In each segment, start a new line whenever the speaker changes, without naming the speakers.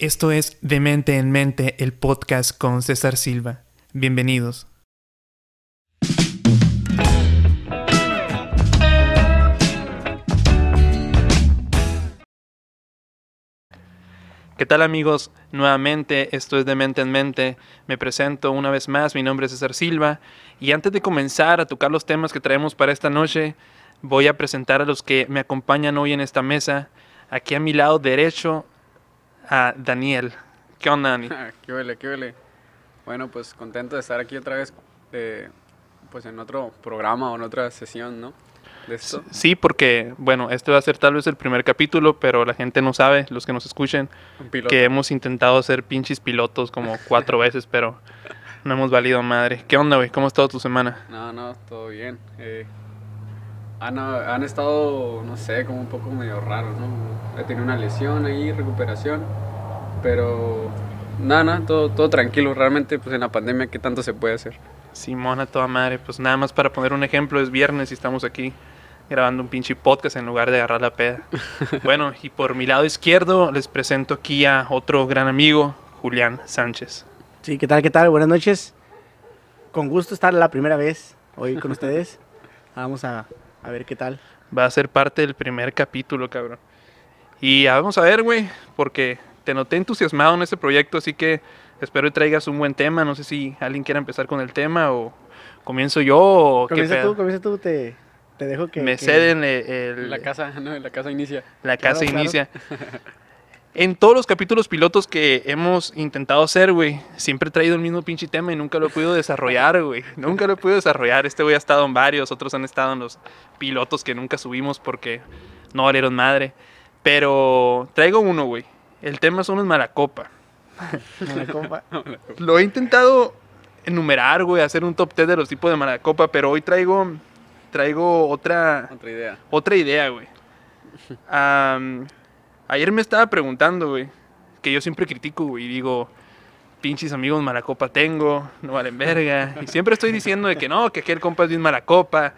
Esto es De Mente en Mente, el podcast con César Silva. Bienvenidos. ¿Qué tal amigos? Nuevamente, esto es De Mente en Mente. Me presento una vez más, mi nombre es César Silva. Y antes de comenzar a tocar los temas que traemos para esta noche, voy a presentar a los que me acompañan hoy en esta mesa. Aquí a mi lado derecho a Daniel. ¿Qué onda, Dani?
Ah, qué huele, qué huele. Bueno, pues contento de estar aquí otra vez, eh, pues en otro programa o en otra sesión, ¿no? De esto.
Sí, porque, bueno, este va a ser tal vez el primer capítulo, pero la gente no sabe, los que nos escuchen,
Un piloto.
que hemos intentado hacer pinches pilotos como cuatro veces, pero no hemos valido madre. ¿Qué onda, güey? ¿Cómo ha estado tu semana?
No, no, todo bien. eh. han, ah, han estado, no sé, como un poco medio raro, ¿no? He tenido una lesión ahí, recuperación, pero nada, nada, todo, todo tranquilo. Realmente, pues en la pandemia, ¿qué tanto se puede hacer?
Simona, toda madre. Pues nada más para poner un ejemplo, es viernes y estamos aquí grabando un pinche podcast en lugar de agarrar la peda. Bueno, y por mi lado izquierdo les presento aquí a otro gran amigo, Julián Sánchez.
Sí, ¿qué tal? ¿Qué tal? Buenas noches. Con gusto estar la primera vez hoy con ustedes. Vamos a, a ver qué tal.
Va a ser parte del primer capítulo, cabrón. Y ya vamos a ver, güey, porque te noté entusiasmado en este proyecto, así que espero que traigas un buen tema. No sé si alguien quiera empezar con el tema o comienzo yo o Oh, qué
Comienza
pedo.
tú, comienza tú, te, te dejo que...
Me
que-
ceden el- el-
La casa, ¿no? La casa inicia.
la
Claro,
casa
claro.
inicia. En todos los capítulos pilotos que hemos intentado hacer, güey, siempre he traído el mismo pinche tema y nunca lo he podido desarrollar, güey. Nunca lo he podido desarrollar. Este güey ha estado en varios, otros han estado en los pilotos que nunca subimos porque no valieron madre. Pero traigo uno, güey. El tema son los malacopa.
con la compa.
Lo he intentado enumerar, güey, hacer un top 10 de los tipos de malacopa, pero hoy traigo, traigo otra,
Otra idea.
otra idea, güey. Am, ayer me estaba preguntando, güey, que yo siempre critico, güey, y digo, pinches amigos malacopa tengo, no valen verga. Y siempre estoy diciendo de que no, que aquel compa es bien malacopa.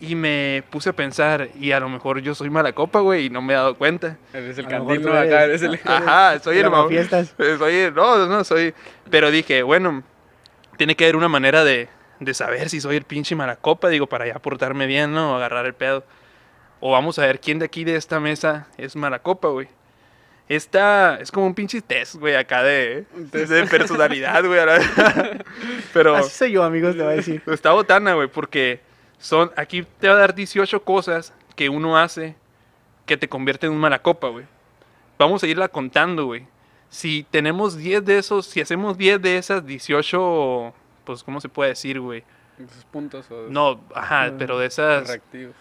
Y me puse a pensar, y a lo mejor yo soy malacopa, güey, y no me he dado cuenta.
Eres el
A lo mejor
cantino
tú eres-
acá, eres el...
Ajá, soy
El
el mam-
mamafiestas.
Soy el- no, no, soy. Pero dije, bueno, tiene que haber una manera de, de saber si soy el pinche maracopa, digo, para ya portarme bien, ¿no? Agarrar el pedo. O vamos a ver quién de aquí de esta mesa es maracopa, güey. Esta es como un pinche test, güey, acá de, de personalidad, güey. a la- Pero
Así soy yo, amigos, te voy a decir.
está botana, güey, porque son. Aquí te va a dar 18 cosas que uno hace que te convierte en un malacopa, güey. Vamos a irla contando, güey. Si tenemos 10 de esos, si hacemos 10 de esas 18, pues, ¿cómo se puede decir, güey?
Sus puntos o
No, pues, ajá,
Ah,
pero de esas.
reactivos.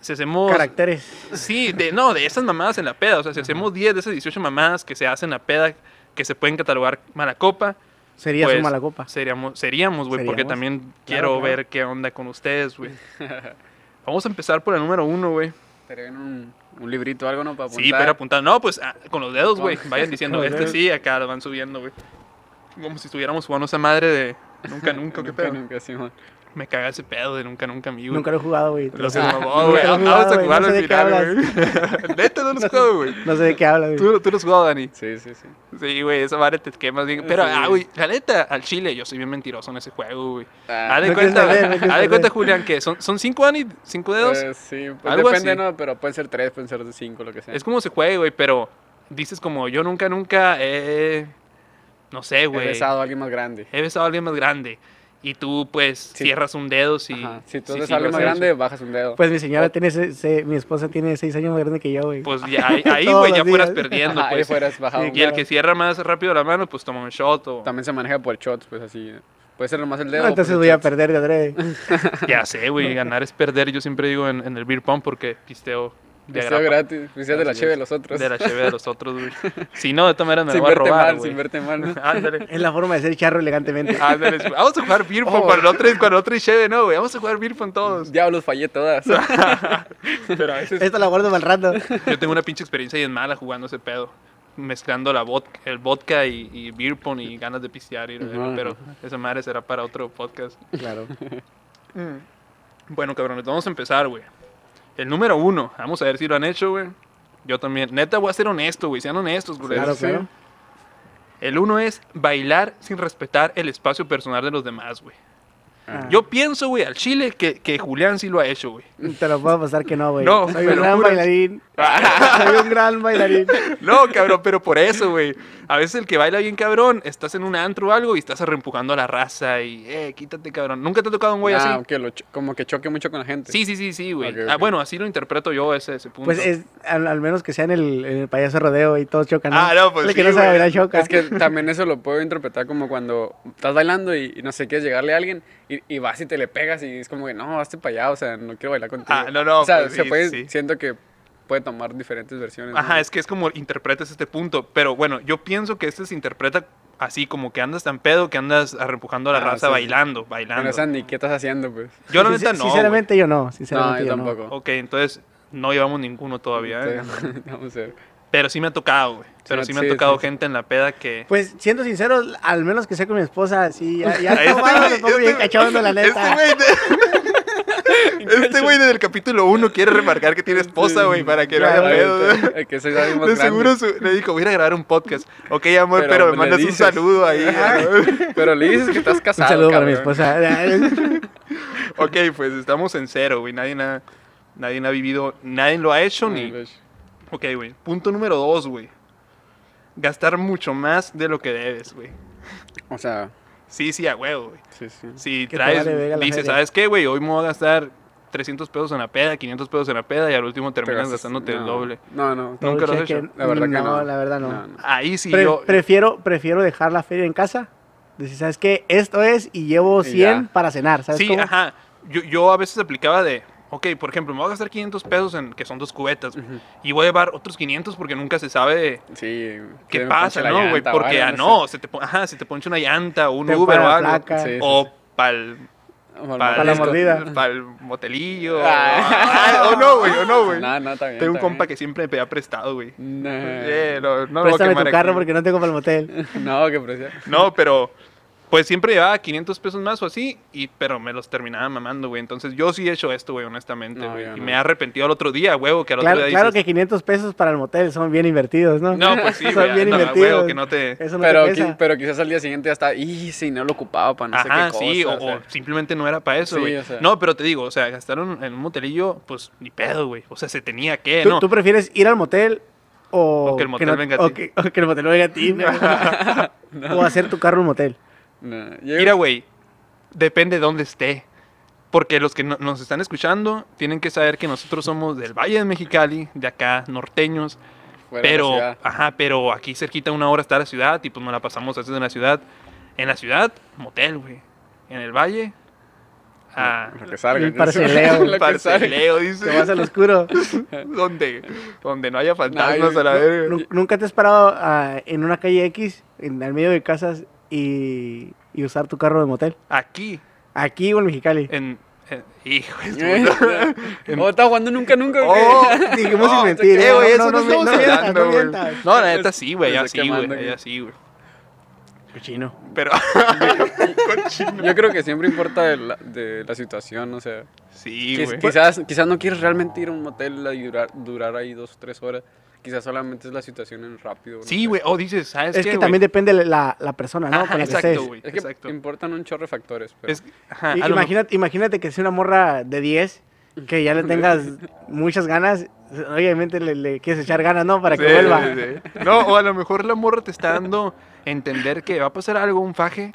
Si hacemos.
Caracteres.
Sí, de, no, de esas mamadas en la peda. O sea, si hacemos 10 de esas 18 mamadas que se hacen en la peda, que se pueden catalogar malacopa,
Serías
Pues,
un mala copa.
Seríamos, seríamos, güey, porque
Seríamos.
también quiero
claro.
ver qué onda con ustedes, güey. Vamos a empezar por el número uno, güey.
Estaría bien un, un librito o algo, ¿no? Para apuntar.
Sí, pero apuntado. No, pues ah, con los dedos, güey.
Con-
Vayan diciendo,
con los
este
dedos.
sí, acá lo van subiendo, güey. Como si estuviéramos jugando esa madre de nunca, nunca, qué
Nunca,
pedo.
nunca, Simón.
Me caga ese pedo de nunca, nunca, mi, güey.
Nunca lo he jugado, güey.
Lo
Ah,
hacemos,
nunca
güey.
lo he
Vamos
jugado,
a
güey,
jugarlo
no
al
sé de qué
final,
hablas.
güey. Neta, no los juego, güey.
No sé de qué hablas, güey.
Tú, tú los jugado, Dani.
Sí, sí, sí.
Sí, güey, esa madre te quemas bien. Pero,
Sí.
ah, güey, la neta, al chile, yo soy bien mentiroso en ese juego, güey.
Ah,
Haz de
No quieres
cuenta,
saber, no
haz de
quieres saber.
cuenta, Julián, que son, son cinco, Dani, cinco dedos.
eh, sí, pues
Algo
depende,
así.
¿no? Pero pueden ser tres, pueden ser cinco, lo que sea.
Es como se juega, güey, pero dices como yo nunca, nunca he. No sé,
He
güey.
besado a alguien más grande.
He besado a alguien más grande. Y tú, pues,
Sí.
cierras un dedo si.
Ajá. Si tú
si-
eres
si lo
alguien más
has hecho.
grande, bajas un dedo.
Pues mi señora tiene, se- se- mi esposa tiene seis años más grande que yo, güey.
Pues ya, ahí- ahí,
Todos
güey, ya
los
fueras
días.
perdiendo,
Ajá, ahí
pues.
fueras bajado.
Sí,
un
Y el
dedo.
que cierra más rápido la mano, pues toma un shot o.
También se maneja por shots, pues así. Puede ser nomás el dedo.
No, Ah, entonces
pues,
por
voy a
shots.
perder de adrede.
Ya sé, güey, ganar es perder, yo siempre digo en, en el beer pump porque pisteo de
Piseo
agrapa.
gratis. Piseo de la
Así
cheve de
es.
los otros.
De la cheve de los otros, güey. Si no, de todas maneras me la
sin
voy a
verte
robar,
mal,
güey.
sin verte mal. ¿no?
Ándale.
Es la forma de ser charro elegantemente.
Ándale, sí. vamos a jugar beer pong
Oh.
con otra y con otra y cheve, no, güey. Vamos a jugar beer pong todos.
Diablos, fallé todas.
Pero a veces
Esta la guardo mal rato.
yo tengo una pinche experiencia bien mala jugando ese pedo. Mezclando la vodka, el vodka y, y beer pong y ganas de pistear. y la verga,
Ajá.
pero esa madre será para otro podcast.
Claro.
Bueno, cabrones, vamos a empezar, güey. El número uno. Vamos a ver si lo han hecho, güey. Yo también. Neta, voy a ser honesto, güey. Sean honestos, güey.
Claro,
sí.
claro.
El uno es bailar sin respetar el espacio personal de los demás, güey.
Ah.
Yo pienso, güey, al chile que, que Julián sí lo ha hecho, güey.
Te lo puedo pasar que no, güey.
No,
Soy
me
un
lo
gran
juras.
bailarín. Soy un gran bailarín.
No, cabrón, pero por eso, güey. A veces el que baila bien, cabrón, estás en un antro o algo y estás arrempujando a la raza y, eh, quítate, cabrón. ¿Nunca te ha tocado un güey
Ah,
así?
que lo cho- como que choque mucho con la gente.
Sí, sí, sí, sí, güey.
Ok,
Ah,
ok.
bueno, así lo interpreto yo ese, ese punto.
Pues es, al, al menos que sea en el, en el payaso rodeo y todos chocan. ¿no?
Ah, no, pues
El que
sí,
no sabe
güey.
bailar choca.
Es que también eso lo puedo interpretar como cuando estás bailando y, y no sé, quieres llegarle a alguien y, y vas y te le pegas y es como que no, hazte para allá, o sea, no quiero bailar contigo.
Ah, no, no,
O sea,
pues
se
sí,
puede,
sí.
siento que puede tomar diferentes versiones.
Ajá, es que es como interpretas este punto. Pero bueno, yo pienso que este se interpreta así, como que andas tan pedo que andas arrempujando a la
Ah,
raza
sí, sí.
bailando, bailando.
No sabes ni qué estás haciendo, pues.
Yo la
Sincer-
neta no. güey.
Sinceramente yo no.
No,
Sinceramente
yo
yo, no.
tampoco.
Ok, entonces no llevamos ninguno todavía, ¿eh?
Entonces, Vamos a ver.
Pero sí me ha tocado, güey. Pero sí me ha
sí,
tocado
sí.
gente en la peda que...
Pues siendo sincero, al menos que sea con mi esposa, sí, ya, ya
Este
tomado, me
güey-
pongo bien
este-
cachondo, la
Este
neta.
güey, de- este güey desde el capítulo 1 quiere remarcar que tiene esposa, güey, para que no haya
Claro,
pedo.
Ahorita, el que soy David más
De seguro
grande.
su- le dijo, voy a ir a grabar un podcast. Ok, amor, pero,
Pero
me
le
mandas un
dices.
saludo ahí. ¿no?
Pero le dices que estás
Un
casado.
saludo para mi
cabrón.
esposa.
ok, pues estamos en cero, güey. Nadie, ha- nadie ha vivido, nadie lo ha hecho ni... Ok, güey. Punto número dos, güey. Gastar mucho más de lo que debes, güey.
O sea,
Sí, sí, a huevo, güey.
sí, sí.
Si
Que te
traes,
vale verga la
dices,
feria.
¿sabes qué, güey? Hoy me voy a gastar 300 pesos en la peda, 500 pesos en la peda y al último
Te
terminas
gastas-
gastándote el
no.
doble.
No, no.
No. Nunca lo has
Cheque-
hecho.
La verdad que no.
la verdad no.
Ahí sí
Pre-
yo...
prefiero, prefiero dejar la feria en casa. Decir, ¿sabes qué? Esto es y llevo
Y
100
ya.
para cenar, ¿sabes
Sí,
cómo?
ajá. Yo, yo a veces aplicaba de, ok, por ejemplo, me voy a gastar 500 pesos en que son dos cubetas güey,
Ujú.
y voy a llevar otros 500 porque nunca se sabe
Sí. que
qué
me
pasa,
ponche la
¿no, güey?
llanta o
Porque,
algo,
ah,
sé.
no, se te, pon- ajá, se te poncha una llanta o un
Te
Uber
para
o
la
algo.
placa.
Sí.
O pa'l...
Para
la mordida.
Para el motelillo.
Ah. eh.
Ah, o no, güey, o no, güey.
No, no, está bien.
Tengo un
está
compa
bien.
que siempre me pedía prestado, güey.
No,
Eh, no, no lo voy a
Préstame
quemar
tu carro
aquí.
porque no tengo para el motel.
no, qué precioso.
No, pero pues siempre llevaba 500 pesos más o así, y, pero me los terminaba mamando, güey. Entonces yo sí he hecho esto, güey, honestamente,
No,
güey.
yo
y
no.
me he arrepentido al otro día, huevo, que al
Claro,
otro día
claro
dices,
que 500 pesos para el motel son bien invertidos, ¿no?
No, pues sí,
Son
güey,
bien
no,
invertidos.
huevo, que no te...
Eso no
Pero,
te
qui-
pesa.
pero quizás al día siguiente ya está. Y si no lo ocupaba para no
Ajá,
sé qué
sí,
cosa.
o, o simplemente no era para eso,
Sí,
güey.
o sea.
No, pero te digo, o sea, gastaron en un motelillo, pues ni pedo, güey. O sea, se tenía que,
¿Tú,
Eh, ¿no?
tú prefieres ir al motel o,
O que el motel venga a
o
ti.
que- o que el motel venga a ti? O hacer tu carro un motel.
No, yo-
Mira, güey, depende de dónde esté. Porque los que no- nos están escuchando tienen que saber que nosotros somos del Valle de Mexicali, de acá, norteños.
fuera de la
pero,
ciudad.
ajá, pero aquí cerquita una hora está la ciudad y pues nos la pasamos a veces en la ciudad. En la ciudad, motel, güey. En el valle, ah,
Lo que salga.
El parceleo.
Lo que salga.
parceleo,
Te vas
dice.
al oscuro.
Donde, donde no haya fantasmas
yo-
a la
no,
verga.
Nu- ¿Nunca te has parado ah, en una calle X, en el medio de casas, y, y usar tu carro de motel?
Aquí,
Aquí o en Mexicali.
en... en- hijo de
Eh,
su-
¿O Oh, está jugando nunca, nunca? o qué?
Em- Oh, no,
Dijimos sin mentir.
eh, güey,
No,
eso
no,
no
no,
estamos
no mientas,
hablando,
no
güey.
mientas.
No, la neta sí, güey,
Me
ya
estoy
sí, güey,
quemando,
ya
güey.
sí, güey.
Cochino.
Pero,
Yo creo que siempre importa de la, de la situación, o sea.
sí,
Quiz-
güey.
quizás, quizás no quieres realmente ir a un motel y durar, durar ahí dos o tres horas. Quizás solamente es la situación en rápido. no
Sí,
sé.
güey, o dices, ¿sabes
Es,
qué,
que
güey?
también depende la, la persona, ¿no?
Ajá,
Con la que
exacto,
estés.
güey,
Es que
exacto.
importan un chorro de factores. Pero
Es- ajá,
I-
a lo mejor-
imagínate, imagínate que sea una morra de 10, que ya le tengas muchas ganas. Obviamente le, le quieres echar ganas, ¿no? Para que
Sí,
vuelva.
sí, sí. No, o a lo mejor la morra te está dando entender que va a pasar algo, un faje,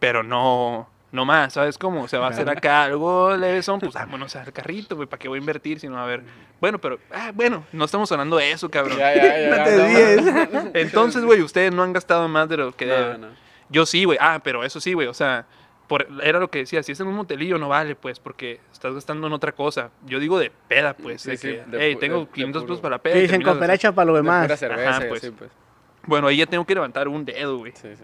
pero no, no más, ¿sabes cómo? O sea, va a hacer acá algo levesón, pues vámonos al carrito, güey, ¿para qué voy a invertir si no va a haber? Bueno, pero, ah, bueno, no estamos hablando de eso, cabrón.
Ya, ya, ya,
No
ya, no,
te desvíes.
no, no.
Entonces, güey, eh, ustedes no han gastado más de lo que
No,
deben.
no.
Yo sí, güey, ah, pero eso sí, güey, o sea, por, era lo que decía, si es en un motelillo no vale, pues, porque estás gastando en otra cosa. Yo digo de peda, pues,
Sí,
de
sí,
que,
de
hey,
pu-
tengo
de- de
500 pesos
puro.
para la
Te
peda. y
dicen,
terminas
coopera, echa para lo
De
demás.
pura cerveza,
Ajá,
y
pues.
así, pues.
Bueno, ahí ya tengo que levantar un dedo, güey.
Sí, sí.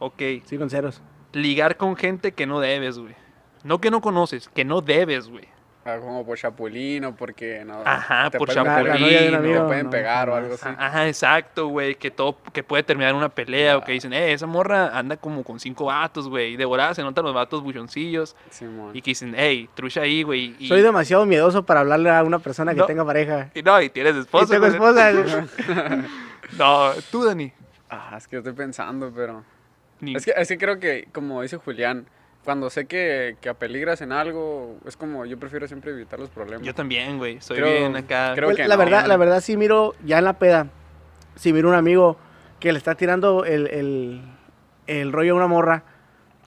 Ok.
Sí, con ceros.
Ligar con gente que no debes, güey. No que no conoces, que no debes, güey.
Ah, como por chapulín o porque no.
Ajá, por
pueden-
chapulín,
la novia de un
o-
amigo, te pueden
no,
pegar o
jamás.
algo así.
Ajá, exacto, güey, que todo, que puede terminar en una pelea o que dicen, eh, esa morra anda como con cinco vatos, güey, y de volada se notan los vatos buchoncillos
Simón.
y que dicen, hey, trucha ahí, güey. y-
Soy demasiado miedoso para hablarle a una persona que
No.
tenga pareja.
y no, y tienes
Y
esposa.
tengo
güey.
esposa.
No, tú, Dani.
Ah, es que estoy pensando, pero.
Ni-
Es que, es que creo que, como dice Julián, cuando sé que, que apeligras en algo, es como yo prefiero siempre evitar los problemas.
Yo también, güey, soy
Creo-
bien acá.
creo-
Pues,
que
la
no,
verdad,
no.
la verdad sí miro ya en la peda. Si miro un amigo que le está tirando el, el, el rollo a una morra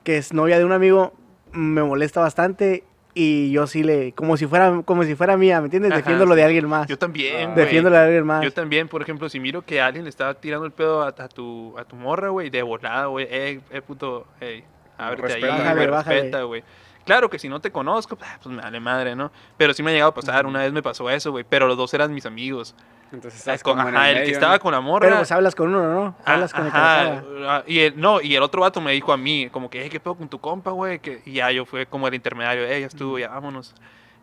que es novia de un amigo, me molesta bastante y yo sí le como si fuera como si fuera mía, ¿me entiendes?
Ajá,
Defiendo lo
sí.
de alguien más.
Yo también,
Ah.
güey.
Defiendo lo de alguien más.
Yo también, por ejemplo, si miro que alguien le está tirando el pedo a, a tu, a tu morra, güey, de volada, güey, eh, eh, puto, hey, ábrete
Respeta,
ahí, güey,
Bájale, bájale.
respeta, güey. Claro que si no te conozco, ah, pues me vale madre, ¿no? Pero sí me ha llegado a pasar, una vez me pasó eso, güey, pero los dos eran mis amigos.
Entonces,
Ah,
estás
con-
como en
ajá, el, que
medio,
estaba
¿no?
con la morra.
Pero pues hablas con uno, ¿no?
ah,
Hablas con el que
ajá,
la caga.
ah, y el, no, y el otro vato me dijo a mí, como que, "Ey, ¿qué pedo con tu compa, güey? que- Y ya yo fui como el intermediario, eh, ya estuvo, ya vámonos.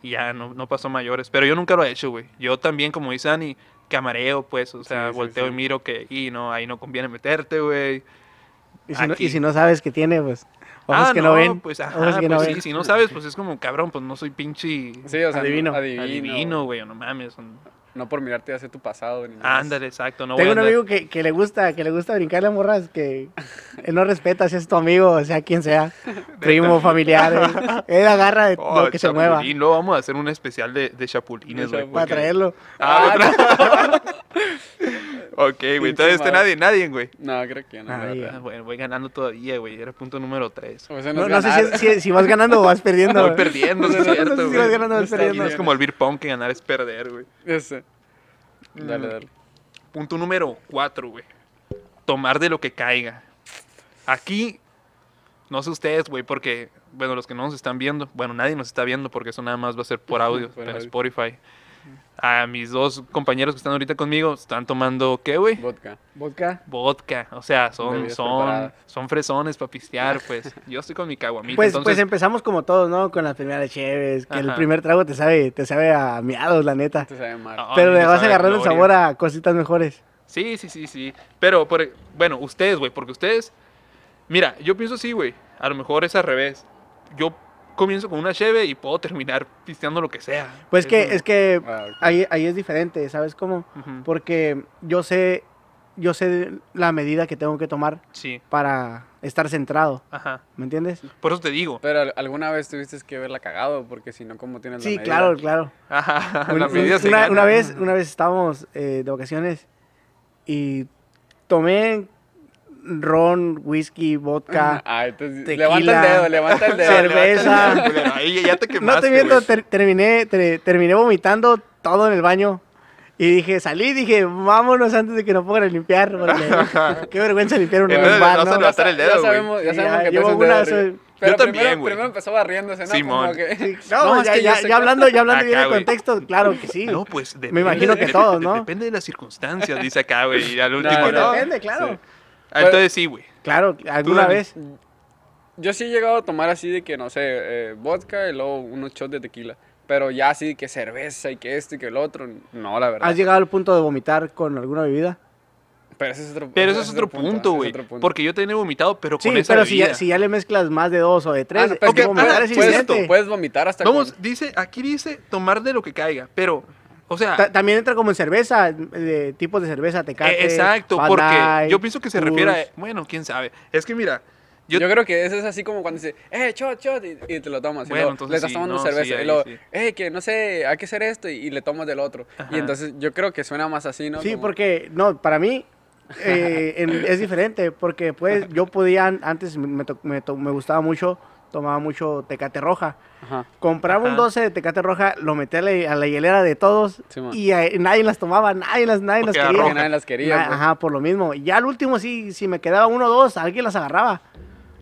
Y ya no, no pasó mayores. Pero yo nunca lo he hecho, güey. Yo también, como dice Dani, camareo, pues, o sea,
Sí, sí,
volteo
sí.
y miro que, y no, ahí no conviene meterte, güey.
Y si, no, y
aquí.
si no sabes que tiene, pues ojos
Ah,
que no, ven.
Pues,
ojos
ajá,
que
pues
no
sí,
ven.
si no sabes, pues es como, cabrón, pues no soy pinche
Sí, o sea,
Adivino.
adivino. Adivino.
adivino, güey, no mames. no-
No por mirarte hacia tu pasado. Ni nada.
Ándale, exacto, no voy
Tengo
a
un
andar-
amigo que, que le gusta, que le gusta brincarle a morras, que él no respeta si es tu amigo, sea quien sea, primo, familiar, eh. él agarra de
Oh,
lo que se mueva
Chapulín, luego vamos a hacer un especial de, de chapulines,
De
güey.
chapulines.
para
porque-
traerlo.
Ah,
Ah,
Ok, güey. Entonces este nadie,
madre.
nadie, güey.
No, creo que no. la
Ahí.
verdad.
Ah, bueno, voy ganando todavía, güey. Era punto número 3.
O sea,
No,
es
no sé si,
ganar.
es- si- si vas ganando o vas perdiendo.
Voy
güey.
perdiendo,
No
es
sé si
cierto,
vas
güey.
ganando o vas
Está
perdiendo.
No es como el beer pong que ganar es perder, güey.
Ya sé. Dale,
Mm.
dale.
Punto número 4, güey. Tomar de lo que caiga. Aquí, no sé ustedes, güey, porque, bueno, los que no nos están viendo, bueno, nadie nos está viendo porque eso nada más va a ser por audio
Por
en
audio.
Spotify. A mis dos compañeros que están ahorita conmigo están tomando, ¿qué, güey?
Vodka.
Vodka.
Vodka, o sea, son,
Bebidas
son,
preparadas.
son fresones para pistear, pues. Yo estoy con mi caguamita,
Pues, pues
entonces...
empezamos como todos, ¿no? Con las primeras cheves, que el
Ajá.
primer trago te sabe, te sabe a miados, la neta.
Te sabe mal.
Ah,
Pero
mí
le
me
vas
sabe
agarrando el
gloria.
sabor a cositas mejores.
Sí, sí, sí, sí. Pero, por, bueno, ustedes, güey, porque ustedes... Mira, yo pienso sí, güey. A lo mejor es al revés. Yo comienzo con una cheve y puedo terminar pisteando lo que sea.
Pues que, es que
Ah, ok.
ahí, ahí es diferente, ¿sabes cómo?
Ujú.
Porque yo sé, yo sé la medida que tengo que tomar
Sí,
para estar centrado,
ajá.
¿me entiendes?
Por eso te digo.
Pero al- alguna vez tuviste que verla cagado, porque si no, ¿cómo tienes la
Sí,
medida?
claro, claro.
Ajá,
Un-
la
un-
medida se
una,
gana.
una vez, una vez estábamos eh, de vacaciones y tomé ron, whisky, vodka.
Ah, entonces,
Tequila.
levanta el dedo, levanta el dedo.
Levanta el
cerveza.
dedo, culero. Ahí ya te quemaste,
no te miento,
güey.
ter- terminé, ter- terminé vomitando todo en el baño. Y dije, salí, dije, vámonos antes de que nos pongan a limpiar. porque qué vergüenza limpiar un,
En
un
vez de-
bar,
vas a
¿no?
levantar el dedo,
ya
güey.
sabemos, ya
Sí,
sabemos
ya,
que
yo
traes un
una
dedo
soy-
arriba.
yo
Pero
también,
primero,
güey.
primero empezó barriéndose, ¿no?
Simón.
Como que-
No,
No, es
ya,
que yo
ya-
sé
ya
que-
hablando, ya hablando
Acá,
bien de
güey.
contexto, claro que sí.
No, pues depende.
imagino que
dep-
todos, ¿no?
Depende de las circunstancias, dice acá, güey. Y al
No,
último,
Es que
¿no?
depende, claro.
Sí.
Ah, Entonces sí, güey.
Claro, alguna
Dani.
vez.
Yo sí he llegado a tomar así de que, no sé, eh, vodka y luego unos shots de tequila. Pero ya así de que cerveza y que esto y que el otro. No, la verdad.
¿Has llegado al punto de vomitar con alguna bebida?
Pero ese es otro,
Pero
ese
eso es otro punto, güey. Porque yo tenía vomitado, pero
Sí,
con esa
pero si ya,
bebida.
si ya le mezclas más de dos o de tres,
Ah, no, pero
es que-
vomitar
ah,
es
pues,
puedes,
evidente.
puedes vomitar hasta
Vamos,
con-
dice, aquí dice tomar de lo que caiga, pero, o sea, e,
Ta- también entra como en cerveza, de tipos de cerveza, tecate.
eh, exacto,
Bud
porque
Light,
yo pienso que se
Coors.
refiere a, e, bueno, quién sabe. Es que mira, yo,
Yo, creo que ese es así como cuando dice, eh, shot, shot, y, y te lo tomas. y
Bueno,
luego
entonces
le estás
sí,
tomando
no,
cerveza.
sí,
y
ahí
luego,
sí.
eh, que no sé, hay que hacer esto, y, y le tomas del otro.
Ajá.
Y entonces yo creo que suena más así, ¿no?
Sí,
Como-
porque, no, para mí eh, en- es diferente, porque pues yo podía, an- antes me, to- me to- me gustaba mucho, tomaba mucho tecate roja.
Ajá.
Compraba un
Ajá.
12 de tecate roja, lo metía a la, a la hielera de todos
Simón.
y eh, nadie las tomaba, nadie las, nadie las
Porque era
quería.
roja.
Que nadie las quería.
Na-
pues.
Ajá, por lo mismo. Y Ya al último, sí, si me quedaba uno o dos, alguien las agarraba.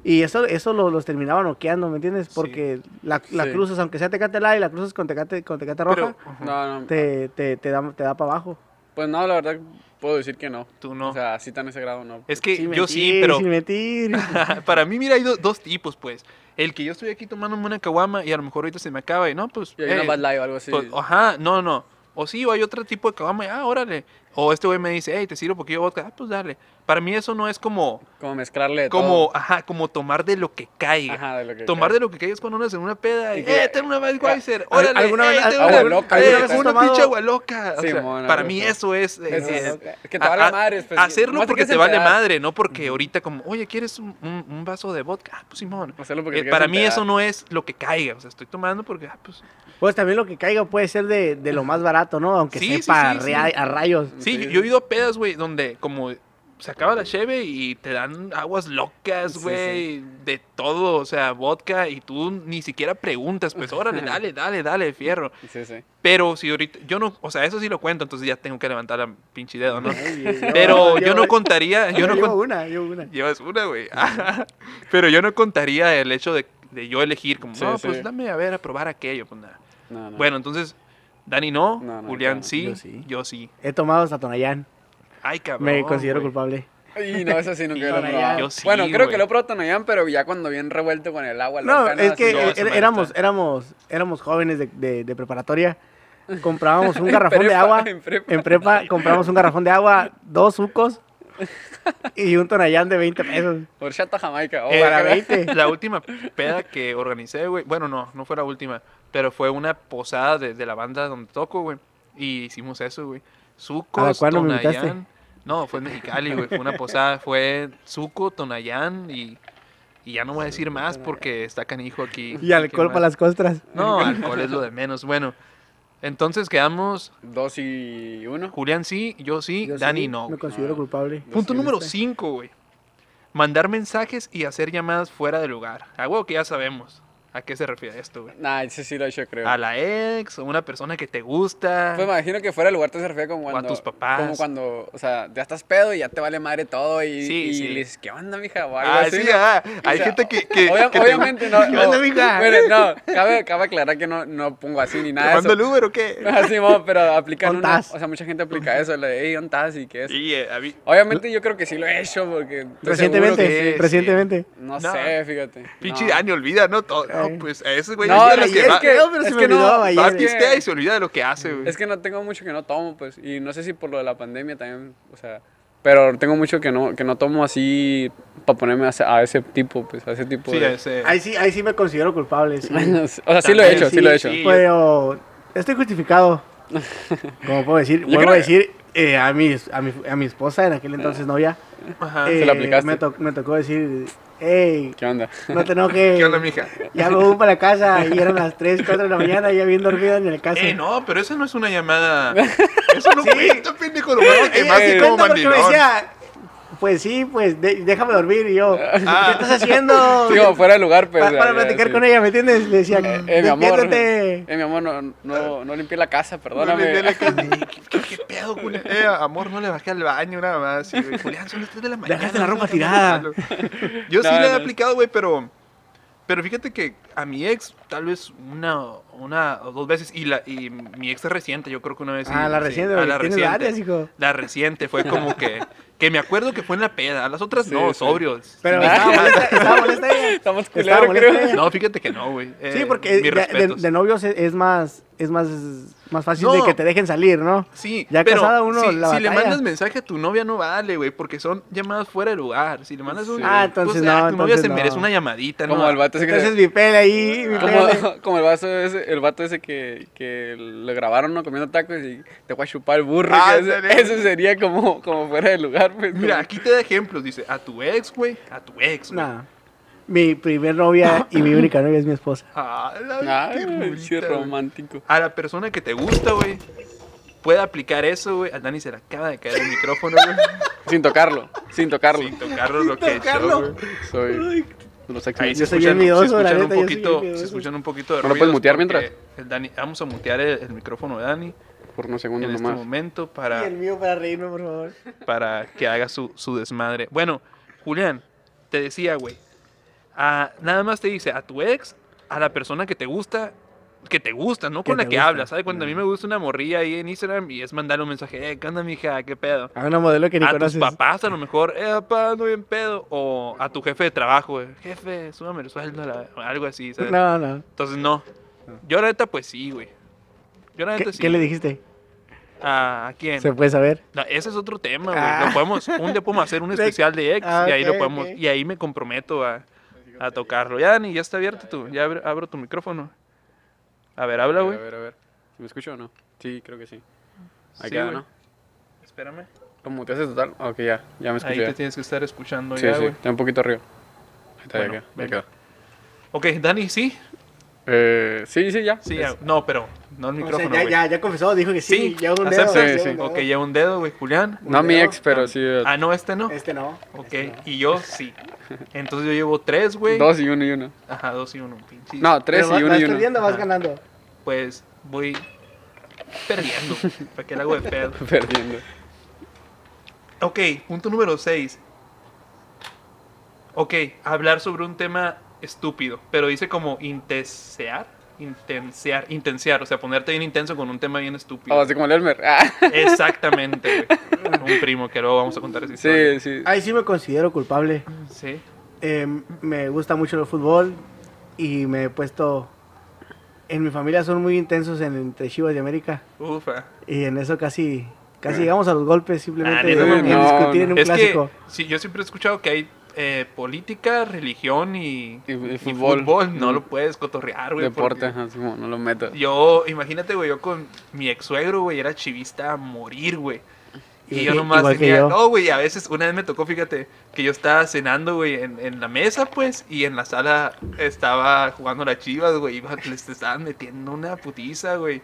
Y eso, eso lo- los terminaba noqueando, ¿me entiendes? Porque la, la
Sí.
cruzas, aunque sea Tecate Light, la cruzas con Tecate, con tecate Roja,
pero,
No, no.
te, te, te da, te da para abajo.
Pues no, la verdad, Puedo decir que no.
Tú no.
O sea, así tan ese grado no.
es que
Sin
yo sí,
mentir,
pero
Sin mentir.
para mí, mira, hay do- dos tipos, pues. El que yo estoy aquí tomándome una caguama y a lo mejor ahorita se me acaba y no, pues...
Y hay una
eh,
bad live o algo así.
Pues, ajá, no, no. O sí, o hay otro tipo de caguama, y, ah, órale. O este güey me dice, hey, te sirvo poquillo de vodka, ah, pues dale. Para mí eso no es como,
como mezclarle de
como,
todo.
ajá, como tomar de lo que caiga.
Ajá, de lo que
Tomar
sea.
de lo que caiga es cuando uno hace una peda,
Y
y,
que-
eh, ten una Budweiser,
¿Al-
órale,
alguna vez-
"Eh, ten
agua
una, eh,
loca, alguna vez has
una
tomado-
pinche agua loca. O sea,
Simón,
para
algo
mí
así.
eso es... eh,
Eso
eh,
es- es que te vale
a- a-
madre. pues,
Hacerlo
nomás te
porque
quieres
te vale
empedar.
madre, no porque ahorita como, oye, ¿quieres un, un- un vaso de vodka? Ah, pues Simón.
Hacerlo porque
Eh,
te
para
quieres
mí
empedar.
eso no es lo que caiga, o sea, estoy tomando porque, ah, pues...
Pues también lo que caiga puede ser de, de lo más barato, ¿no? Aunque
Sí, sí,
sepa
sí,
a
sí.
rea- a rayos.
Sí, yo,
Sí.
yo he ido a pedas, güey, donde como se acaba la cheve y te dan aguas
Sí,
locas, güey, de todo, o sea, vodka, y tú ni siquiera preguntas, pues órale, dale, dale, dale, fierro.
Sí, sí.
Pero si ahorita, yo no, o sea, eso sí lo cuento, entonces ya tengo que levantar la pinche dedo, ¿no?
Ay,
Pero yo
llevo-
no contaría, yo no
llevo
con-
una, yo una.
Llevas una, güey. Pero yo no contaría el hecho de, de yo elegir, como,
Sí,
no,
sí.
pues dame a ver, a probar aquello, pues nada.
No, no.
Bueno, entonces, Dani no,
No, no,
Julián
no.
sí,
Yo
yo
sí.
sí,
He tomado hasta Tonayán.
Ay, cabrón.
Me considero
güey.
culpable.
Y no, eso sí nunca lo he
Tonayán.
probado.
Yo sí,
bueno, creo que
güey.
lo he probado Tonayán, pero ya cuando bien revuelto con el agua.
No,
loca,
es que
Así,
no,
eh,
esa
er-
madre
éramos,
está.
éramos, éramos jóvenes de, de- de preparatoria. Comprábamos un garrafón de
prepa,
agua.
en prepa.
En prepa compramos un garrafón de agua, dos sucos y un tonallán de 20 pesos.
Horchata jamaica. oh,
Eh,
Para
guácala.
20.
La última peda que organicé, güey. Bueno, no, no fue la última. Pero fue una posada de, de la banda donde toco, güey. Y hicimos eso, güey.
¿A la
Sucos,
cual no me
Tonayán. No, fue en Mexicali, güey. Fue una posada. Fue Suco, Tonayán y, y ya no voy a decir más porque está canijo aquí.
Y alcohol para las costras.
No, alcohol es lo de menos. Bueno, entonces quedamos.
Dos y uno.
Julián sí, yo sí,
Yo
Dani
sí
no.
Me
güey.
considero
Ah.
culpable.
Punto
sí,
número
este.
5, güey. Mandar mensajes y hacer llamadas fuera de lugar. A huevo que ya sabemos a qué se refiere esto, güey.
Nah, ese sí lo he hecho, creo.
A la ex, o una persona que te gusta.
Pues me imagino que fuera el lugar te se refiere como
Ah. a
cuando.
tus papás.
Como cuando, o sea, ya estás pedo y ya te vale madre todo y,
Sí,
y
sí.
le dices, ¿qué onda, mija? O algo
ah,
así,
sí,
¿no?
ah, Hay
O sea,
gente que, que,
obvia-
que te-
obviamente no.
¿Qué onda,
no,
mija?
miren, no, cabe, cabe aclarar que no, no pongo así ni
te
nada de
manda
eso.
el Uber o qué.
Así, mo, pero aplican una. O
¿Ontás?
sea, mucha gente aplica eso, le de, hey, ¿ontas? y qué es.
Sí, eh, a mí-
Obviamente yo creo que sí lo he hecho porque. estoy
Recientemente,
seguro que-
que sí.
recientemente.
No,
No.
sé, fíjate.
Pinche
no.
Dani olvida, ¿no? Todo.
Eh.
No, pues a ese güey
No,
es de
no,
los
y
que
es
va,
que,
No, pero se
es
me
que no,
olvidaba ayer.
va a
es que-
pistear y se olvida de lo que hace, güey.
Es que no tengo mucho que no tomo, pues. Y no sé si por lo de la pandemia también, o sea. Pero tengo mucho que no, que no tomo así para ponerme a, ese- a ese tipo, pues, a ese tipo
Sí,
de...
ese-
Ahí sí, ahí sí me considero culpable. sí.
o sea, sí lo
También,
he hecho, sí, lo he hecho.
sí. yo-
Pero estoy justificado. Como puedo decir,
Yo
vuelvo
creo
a
que- Eh.
decir eh, a, mi, a, mi, a mi esposa, en aquel entonces novia.
Ajá.
eh,
la aplicaste.
Me, to- me tocó decir, hey,
¿Qué onda?
no te enojes.
¿Qué onda, mija?
Ya me voy para la casa y eran las 3, 4 de la mañana, ya bien dormida en el caso.
Eh, no, pero esa no es una llamada. Eso no cuenta, pendejo. Lo bueno que
Eh,
Ella
eh, más
sí
que como
cuenta porque me
mandilón.
decía, pues sí, pues de- déjame dormir. Y yo,
Ah.
¿qué estás haciendo?
Sí, como fuera de lugar,
Pa-
pues.
para platicar con ella, ¿me entiendes? Le decía,
Eh, mi amor.
despiértate.
Eh, mi amor, no, no, no limpié la casa,
No le-
perdóname.
de la calle. ¿Qué, qué, qué pedo, Julián? Eh, amor, no le bajé al baño nada más. Y, güey, Julián, son las 3 de la mañana.
Dejaste la
no
ropa
seas
tirada.
malo. Yo sí
No,
le he
no.
aplicado, güey, pero... Pero fíjate que a mi ex, tal vez una, una o dos veces, y, la, y mi ex es reciente, yo creo que una vez. sí,
ah, la
sí,
reciente,
a
güey,
la
tienes
reciente.
varias, hijo.
La reciente, fue como que, que me acuerdo que fue en la peda, a las otras
Sí,
no,
sí.
sobrios.
Pero
Sin
estaba
nada.
molesta, estaba molesta ella.
Estamos culeros,
Estaba molesta
creo.
ella.
No, fíjate que no, güey.
Sí,
Eh,
porque
mis
ya de,
respetos.
de novios es, es más es más más fácil de
No.
que te dejen salir, ¿no?
Sí,
Ya
pero
casada uno,
si,
la
si le
batalla.
mandas mensaje a tu novia no vale, güey, porque son llamadas fuera de lugar. Si le mandas un...
Sí.
Ah, entonces
pues, ah,
no,
tu novia
entonces
se
no.
merece una llamadita, ¿no?
Como el vato ese que...
Entonces mi pele ahí, mi pele.
Como, como el, vaso ese, el vato ese que, que le grabaron ¿no? comiendo tacos y te voy a chupar el burro.
Ah,
que ese-
ándale.
eso sería como, como fuera de lugar. Pues,
Mira,
como-
aquí te da ejemplos. Dice, a tu ex, güey, a tu ex, güey.
Nah. Mi primer novia y mi única novia es mi esposa.
Ah, la-
Ah,
qué
sí,
bonita, güey.
romántico.
A la persona que te gusta, güey, puede aplicar eso, güey. A Dani se le acaba de caer el micrófono, güey.
Sin tocarlo, sin tocarlo.
Sin tocarlo lo que
tocarlo.
echó, güey.
Soy los ex-
Ahí
Yo
se
soy
escuchan,
bien
se
miedoso, la
escuchan
neta,
un
yo soy bien
poquito, se
miedoso.
escuchan un poquito de
¿No lo puedes
ruidos
mutear
porque
mientras?
el Dani, vamos a mutear el, el micrófono de Dani
por unos segundos
en este
nomás.
momento para...
Y el mío para reírme, por favor.
para que haga su, su desmadre. Bueno, Julián, te decía, güey. ah, nada más te dice a tu ex, a la persona que te gusta que te gusta, no
Que
con la
te
que
gusta.
hablas, ¿sabes? Cuando a mí me gusta una morrilla ahí en Instagram y es mandarle un mensaje, eh, ¿qué onda, mija? ¿Qué pedo?
A una modelo que ni
a
conoces.
Ah, tus papás a lo mejor, eh, papá, ando bien pedo. O a tu jefe de trabajo, eh, jefe, súbame el sueldo, a la- o algo así, ¿sabes?
No, no.
Entonces, no. Yo la neta, pues sí, güey. Yo la
¿Qué,
neta Ah, sí.
qué le dijiste?
¿A, a quién?
¿Se puede saber?
No, ese es otro tema, güey.
Ah.
Lo podemos, un día podemos hacer un
De-
especial de ex
Ah,
y ahí
ok,
lo podemos,
ok.
y ahí me comprometo a, a tocarlo. Ya, Dani, ya está abierto tú. Ya abro, abro tu micrófono. A ver, habla,
a ver,
güey.
a ver, a ver. ¿Me escucho o no? Sí, creo que sí.
Sí,
Ahí queda,
güey.
¿no?
Espérame.
Como te haces total. Ok, ya, ya
Ahí
me escuché.
te
ya.
tienes que estar escuchando
Sí,
ya,
sí,
güey.
está un poquito arriba. Ahí está, ya
Bueno,
queda, ya
ven.
queda.
Ok, Dani, sí.
Eh, sí, sí, ya.
Sí,
Es-
ya- no, pero no el micrófono, güey.
ya, ya confesó, dijo que
Sí,
sí. ya un dedo.
acepto.
Sí,
ya
sí.
un dedo.
Ok, lleva un dedo, güey, Julián.
No mi ex, pero sí. eh,
Ah, no, este no.
Este no.
Ok,
este no.
y yo sí. Entonces yo llevo tres, güey.
Dos y uno y uno.
Ajá, dos y uno. Pinche.
No, tres
Pero vas-
y
vas
uno y uno.
perdiendo, vas
Ajá.
ganando.
Pues voy perdiendo. ¿Para qué le hago de pedo?
Perdiendo.
Ok, punto número 6. Ok, hablar sobre un tema estúpido, pero dice como intensear, intensear, intensear, o sea, ponerte bien intenso con un tema bien estúpido.
Oh, así como el Elmer. Ah,
Exactamente, güey. un primo que luego vamos a contar esa historia.
sí, sí.
Ahí sí me considero culpable.
Sí.
Eh, me gusta mucho el fútbol y me he puesto... En mi familia son muy intensos en entre Chivas de América
Ufa.
y en eso casi casi llegamos a los golpes simplemente
Eh. Ah,
en,
neta,
en
no,
discutir
no.
en un
Es
clásico.
que sí, yo siempre he escuchado que hay eh, política, religión y,
Y- y
y
fútbol.
No lo puedes cotorrear, güey.
Deporte,
porque-
ajá, así como no lo metas.
Yo, imagínate, güey, yo con mi ex suegro, güey, era chivista a morir, güey. Y,
Y-
yo nomás
igual que
tenía,
yo.
no, güey, a veces, una vez me tocó, fíjate, que yo estaba cenando, güey, en, en la mesa, pues, y en la sala estaba jugando las chivas, güey, iba- les estaban metiendo una putiza, güey.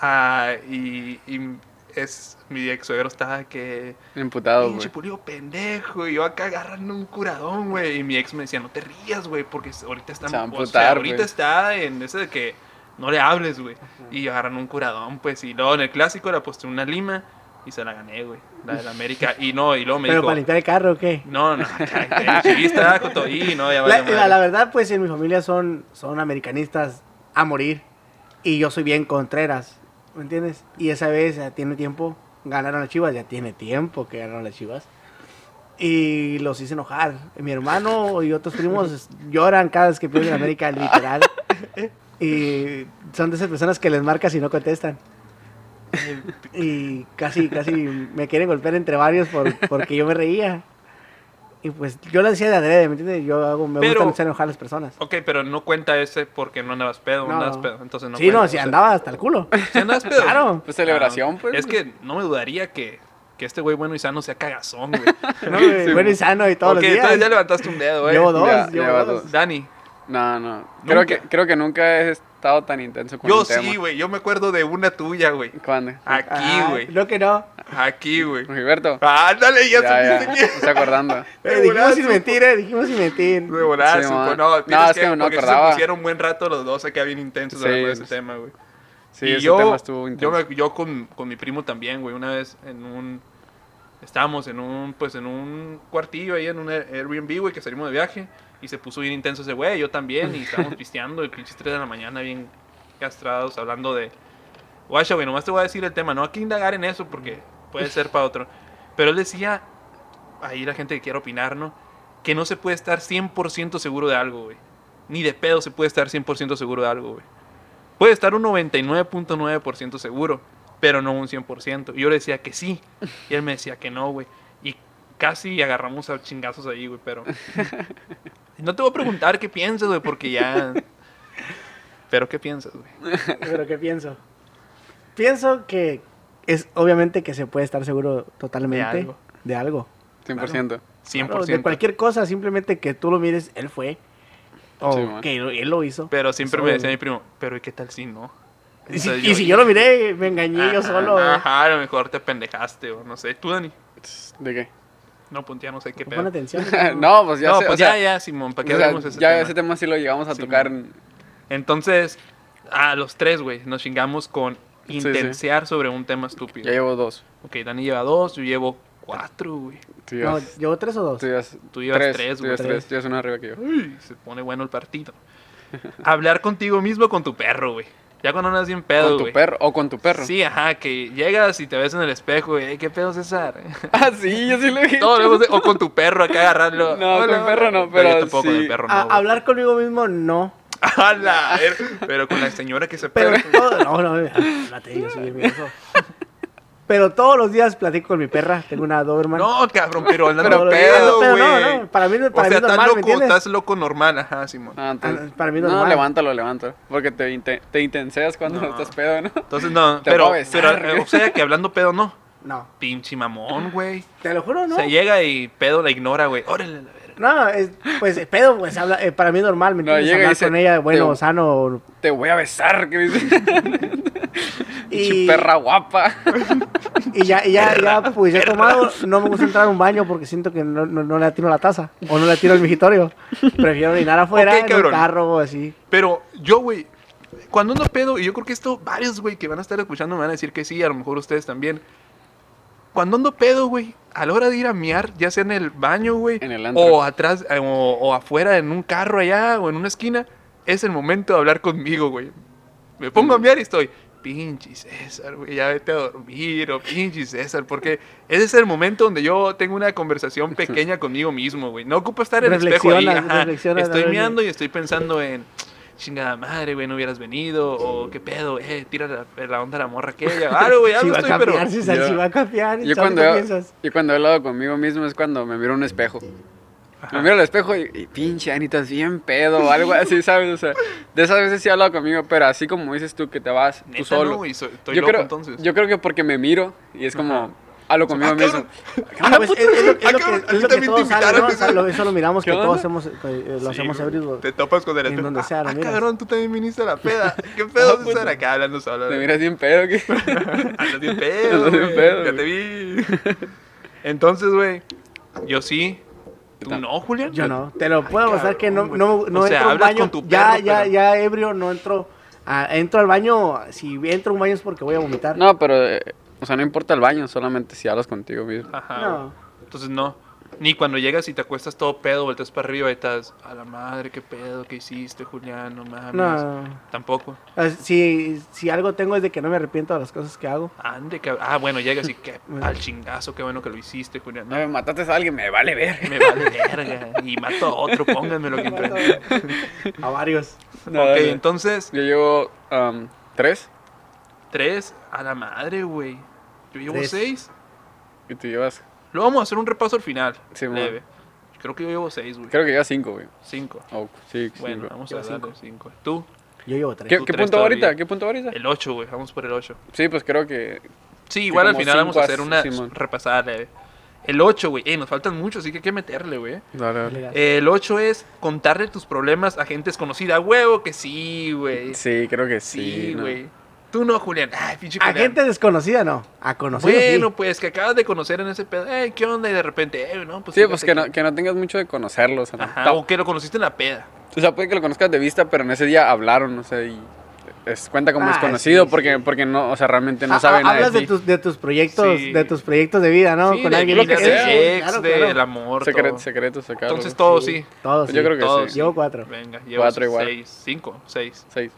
Ah, y, y es, mi ex suegro estaba que,
Imputado,
Pinche
güey.
pulido pendejo. Y yo acá agarrando un curadón, güey. Y mi ex me decía, no te rías, güey, porque ahorita está...
Se va a
o sea,
amputar,
ahorita
güey.
está en ese de que no le hables, güey. Y agarran un curadón, pues. Y luego en el clásico le aposté una lima y se la gané, güey. La del América. Y no, y luego me
Pero
dijo...
para limpiar el carro, ¿o qué?
No, no, cállate, chivista, cotoí, no, ya
La,
vale
la- la verdad, pues en mi familia son, son americanistas a morir. Y yo soy bien contreras, ¿me entiendes? Y esa vez ya tiene tiempo, ganaron las chivas, ya tiene tiempo que ganaron las chivas. Y los hice enojar. Mi hermano y otros primos es- lloran cada vez que pierden América, literal. Y son de esas personas que les marcas y no contestan. Y casi, casi me quieren golpear entre varios por, porque yo me reía. Y pues yo lo decía de adrede, ¿me entiendes? Yo hago, me
Pero-
gusta hacer enojar a las personas.
Ok, pero no cuenta ese porque no andabas pedo, no
No.
andabas pedo. Entonces no
sí,
cuenta,
no,
o
si
sea,
andaba hasta el culo.
¿sí andabas pedo.
claro.
Pues celebración,
Ah,
pues.
Es que no me dudaría que, que este güey bueno y sano sea cagazón, güey.
No, güey,
Sí,
bueno y
mo-
sano y todos
ok,
los
entonces ya
días.
levantaste un dedo, güey.
Llevo dos,
Ya,
llevo
lleva
dos.
dos.
Dani,
No, no. Creo que, creo que nunca he estado tan intenso con
yo
un tema.
sí, güey. Yo me acuerdo de una tuya, güey.
¿Cuándo?
Aquí,
Ah,
güey.
No que no.
Aquí, güey.
¿Con Gilberto?
Ándale, ya,
ya, ya.
supiste
Me
que.
estoy acordando.
De
Eh, dijimos
volazo.
sin mentir, eh, dijimos sin mentir.
De volar,
Sí,
supo-
man.
No,
No,
tienes
es que no
porque sí
acordaba.
se pusieron un buen rato los dos acá bien intensos
Sí,
hablando de ese
pues.
tema, güey.
Sí,
y
ese
yo,
tema estuvo intenso.
yo, me- yo con, con mi primo también, güey, una vez en un... Estábamos en un, pues, en un cuartillo ahí en un Air- Airbnb, güey, que salimos de viaje. Y se puso bien intenso ese güey, yo también. Y estábamos pisteando, y pinches 3 de la mañana bien castrados, hablando de... Guacha, güey, nomás te voy a decir el tema. No hay que indagar en eso porque puede ser para otro. Pero él decía, ahí la gente que quiere opinar, ¿no? Que no se puede estar 100% seguro de algo, güey. Ni de pedo se puede estar 100% seguro de algo, güey. Puede estar un 99.9% seguro, pero no un 100%. Y yo le decía que sí, y él me decía que no, güey. Y casi agarramos a chingazos ahí, güey, pero... No te voy a preguntar qué piensas, güey, porque ya... Pero qué piensas, güey.
Pero ¿qué pienso? Pienso que es obviamente que se puede estar seguro totalmente de
algo.
algo.
100%.
100%.
Claro, de cualquier cosa, simplemente que tú lo mires, él fue. O
Sí, man.
que lo- él lo hizo.
Pero siempre
Eso,
me decía
güey.
mi primo, pero ¿y qué tal si no?
Y si,
Entonces
y si yo lo miré, me engañé yo
Ajá,
solo. eh". güey.
Ajá, a lo mejor te pendejaste o no sé. Tú, Dani.
¿De qué?
No, pues ya no sé qué
Pon
pedo.
atención.
no, pues ya
no,
sé,
pues
o sea,
ya, ya, Simón, ¿para qué
o sea,
hablamos ese
ya
tema?
ese tema sí lo llegamos a
Sí,
tocar.
man. Entonces, a los tres, güey, nos chingamos con
Sí, sí.
intensear sobre un tema
Ya
estúpido.
llevo dos.
Ok, Dani lleva dos, yo llevo cuatro, güey.
Tú
No,
llevas,
¿Llevo tres o dos?
tú llevas,
Tú llevas tres,
tú
güey.
llevas tres. Tú llevas uno arriba que yo.
Uy, se pone bueno el partido. hablar contigo mismo o con tu perro, güey. Ya cuando andas bien pedo,
Con tu
güey.
perro. O con tu perro.
Sí, ajá, que llegas y te ves en el espejo y, "Ey, ¿qué pedo, César?
Ah, sí, yo sí lo he hecho.
Todo lo hemos- o con tu perro acá agarrarlo.
No,
Hola,
con el perro no,
yo
pero
tampoco con el
sí.
perro no.
A-
güey.
hablar conmigo mismo, no.
A la ver- pero con la señora que se
Pero
pega.
todo- no, no, mira, espérate, yo soy bien miedoso. Pero todos los días platico con mi perra. Tengo una Doberman.
No, cabrón, pero andando
Pero
Todos los días,
pedo,
pero no,
güey.
no, para mí, para
O sea,
mí es
estás
normal, ¿me
loco,
entiendes?
estás loco normal, ajá, Simón.
Ah, entonces-
Ah, para mí
no,
normal.
levántalo, levántalo. Porque te, inte- te intenseas cuando
No.
estás pedo, ¿no?
Entonces, no,
Te
pero,
voy a besar,
pero,
güey.
eh, o sea, que hablando pedo no.
No,
Pinche mamón, güey.
te lo juro, no.
Se llega y pedo la ignora, güey. Órale, la verga.
No, es, pues eh, pedo, pues habla, eh, para mí es normal, ¿me
No,
entiendes?
llega y
Hablar
dice,
con ella, bueno,
te-
sano.
Te voy a besar, que dice.
Y,
Perra guapa.
y ya, y ya, ya, pues ya tomado, no me gusta entrar a un baño porque siento que no, no, no le atino la taza o no le atino el migitorio. Prefiero orinar afuera,
Ok,
en un
cabrón.
carro o así.
Pero yo, güey, cuando ando pedo, y yo creo que esto varios, güey, que van a estar escuchando me van a decir que sí, a lo mejor ustedes también. Cuando ando pedo, güey, a la hora de ir a miar, ya sea en el baño, güey,
En el antro.
o atrás, eh, o, o afuera en un carro allá, o en una esquina, es el momento de hablar conmigo, güey. Me pongo a miar y estoy, pinche César, güey, ya vete a dormir, o pinche César, porque ese es el momento donde yo tengo una conversación pequeña conmigo mismo, güey. No ocupo estar en el espejo ahí,
Reflexionas,
ajá.
reflexionas,
Estoy
a ver,
miando y estoy pensando en, chingada madre, güey, no hubieras venido, o qué pedo, eh, tira la, la onda a la morra aquella. Claro, güey,
si
algo
va a
estoy, pero...
cambiar, César,
Yo-
si va a cambiar,
Yo
¿sabes
cuando,
qué
yo,
piensas?
yo cuando he hablado conmigo mismo es cuando me miro en un espejo.
Ajá.
Me miro al espejo y, y pinche Anitas bien pedo o algo así, ¿sabes? O sea, de esas veces sí he hablado conmigo, pero así como dices tú que te vas tú
Neta,
solo.
no, y soy- estoy
yo,
loco
creo,
entonces.
yo creo que porque me miro y es como
Ajá.
hablo conmigo mismo.
No, pues, es, es lo, es
Ah,
lo
cabrón, a
que,
mí
es lo que
también te
todos saben, ¿no?
invitaron,
O sea, lo- eso lo miramos
¿Qué
que todos
onda?
hacemos, eh, lo
Sí,
hacemos
güey.
abrir. güey.
Te topas con el
en
espejo.
donde
Ah,
sea, lo
ah,
miras.
cabrón, tú también viniste a la peda. ¿Qué pedo,
pues,
César? Acá hablando solo.
Te
güey.
miras bien pedo, ¿qué?
Andas bien pedo,
Andas bien
güey.
pedo,
Ya te vi. Entonces, güey, yo sí.
Yo
¿Tú
tam-
no, Julián?
Yo no, te lo puedo apostar que no,
cabrón,
no,
güey.
no
O sea,
entro a un
hablas
baño.
con tu
ya,
perro,
ya,
pero-
ya ebrio, no entro. a- entro al baño, si entro a un baño es porque voy a vomitar.
No, pero, eh, o sea, no importa el baño, solamente si hablas contigo mismo.
Ajá.
No.
güey. Entonces, no. Ni cuando llegas y te acuestas todo pedo, volteas para arriba y estás, a la madre, qué pedo, qué hiciste, Julián, no mames.
No.
Tampoco.
Ah, Si, si algo tengo es de que no me arrepiento de las cosas que hago.
Ande, cab- Ah, bueno, llegas y que
Bueno.
al chingazo, qué bueno que lo hiciste, Julián.
No, me mataste a alguien, me vale ver.
Me vale verga. Y mato a otro, pónganme lo que encuentren.
A varios.
No,
ok,
no.
entonces,
Yo llevo am, tres
tres a la madre, güey. Yo llevo
Tres.
seis.
y tú llevas.
Lo vamos a hacer un repaso al final.
Sí, mo.
leve. Creo que yo llevo seis, güey.
Creo que llevas cinco, güey.
Cinco.
O sí,
Bueno,
cinco.
vamos a
Llevo
darle cinco. Tú,
Yo llevo tres.
¿Qué,
tú
qué
tres
punto va ahorita?
todavía.
¿Qué punto va ahorita?
el ocho, güey. Vamos por el ocho.
Sí, pues creo que.
Sí, igual al
como
final vamos a
cinco
hacer
as-
una
Simón.
repasada leve. El ocho, güey. Eh, nos faltan muchos, así que hay que meterle, güey.
Dale,
Legal.
El Eh, ocho es contarle tus problemas a gente desconocida. Huevo que sí, güey.
Sí, creo que sí.
Sí,
¿no?
güey. Tú no, Julián. Ay, pinche
A
Julián.
gente desconocida no, a conocidos
Bueno,
sí.
pues que acabas de conocer en ese pedo. Eh, ¿qué onda? Y de repente, eh, no, pues.
Sí, pues
fíjate
que no, que no tengas mucho de conocerlos. O sea,
Ajá,
tam-
o que lo conociste en la peda.
o sea, puede que lo conozcas de vista, pero en ese día hablaron, no sé, y es, cuenta como
Ah,
desconocido
sí,
porque,
sí.
porque no, o sea, realmente no
Ah,
saben
ah,
nada
hablas
de
de,
ti.
tus, de tus proyectos,
Sí.
de tus proyectos de vida, ¿no?
sí, de
lo que
vida,
sea,
del ex,
Claro,
del
claro.
amor.
Secre-
todo.
secretos acá.
Entonces
algo.
todos sí.
Todos.
Yo
sí.
creo que
todos.
sí.
Llevo cuatro.
Venga, llevo
Cuatro igual.
seis, cinco, seis.
Seis.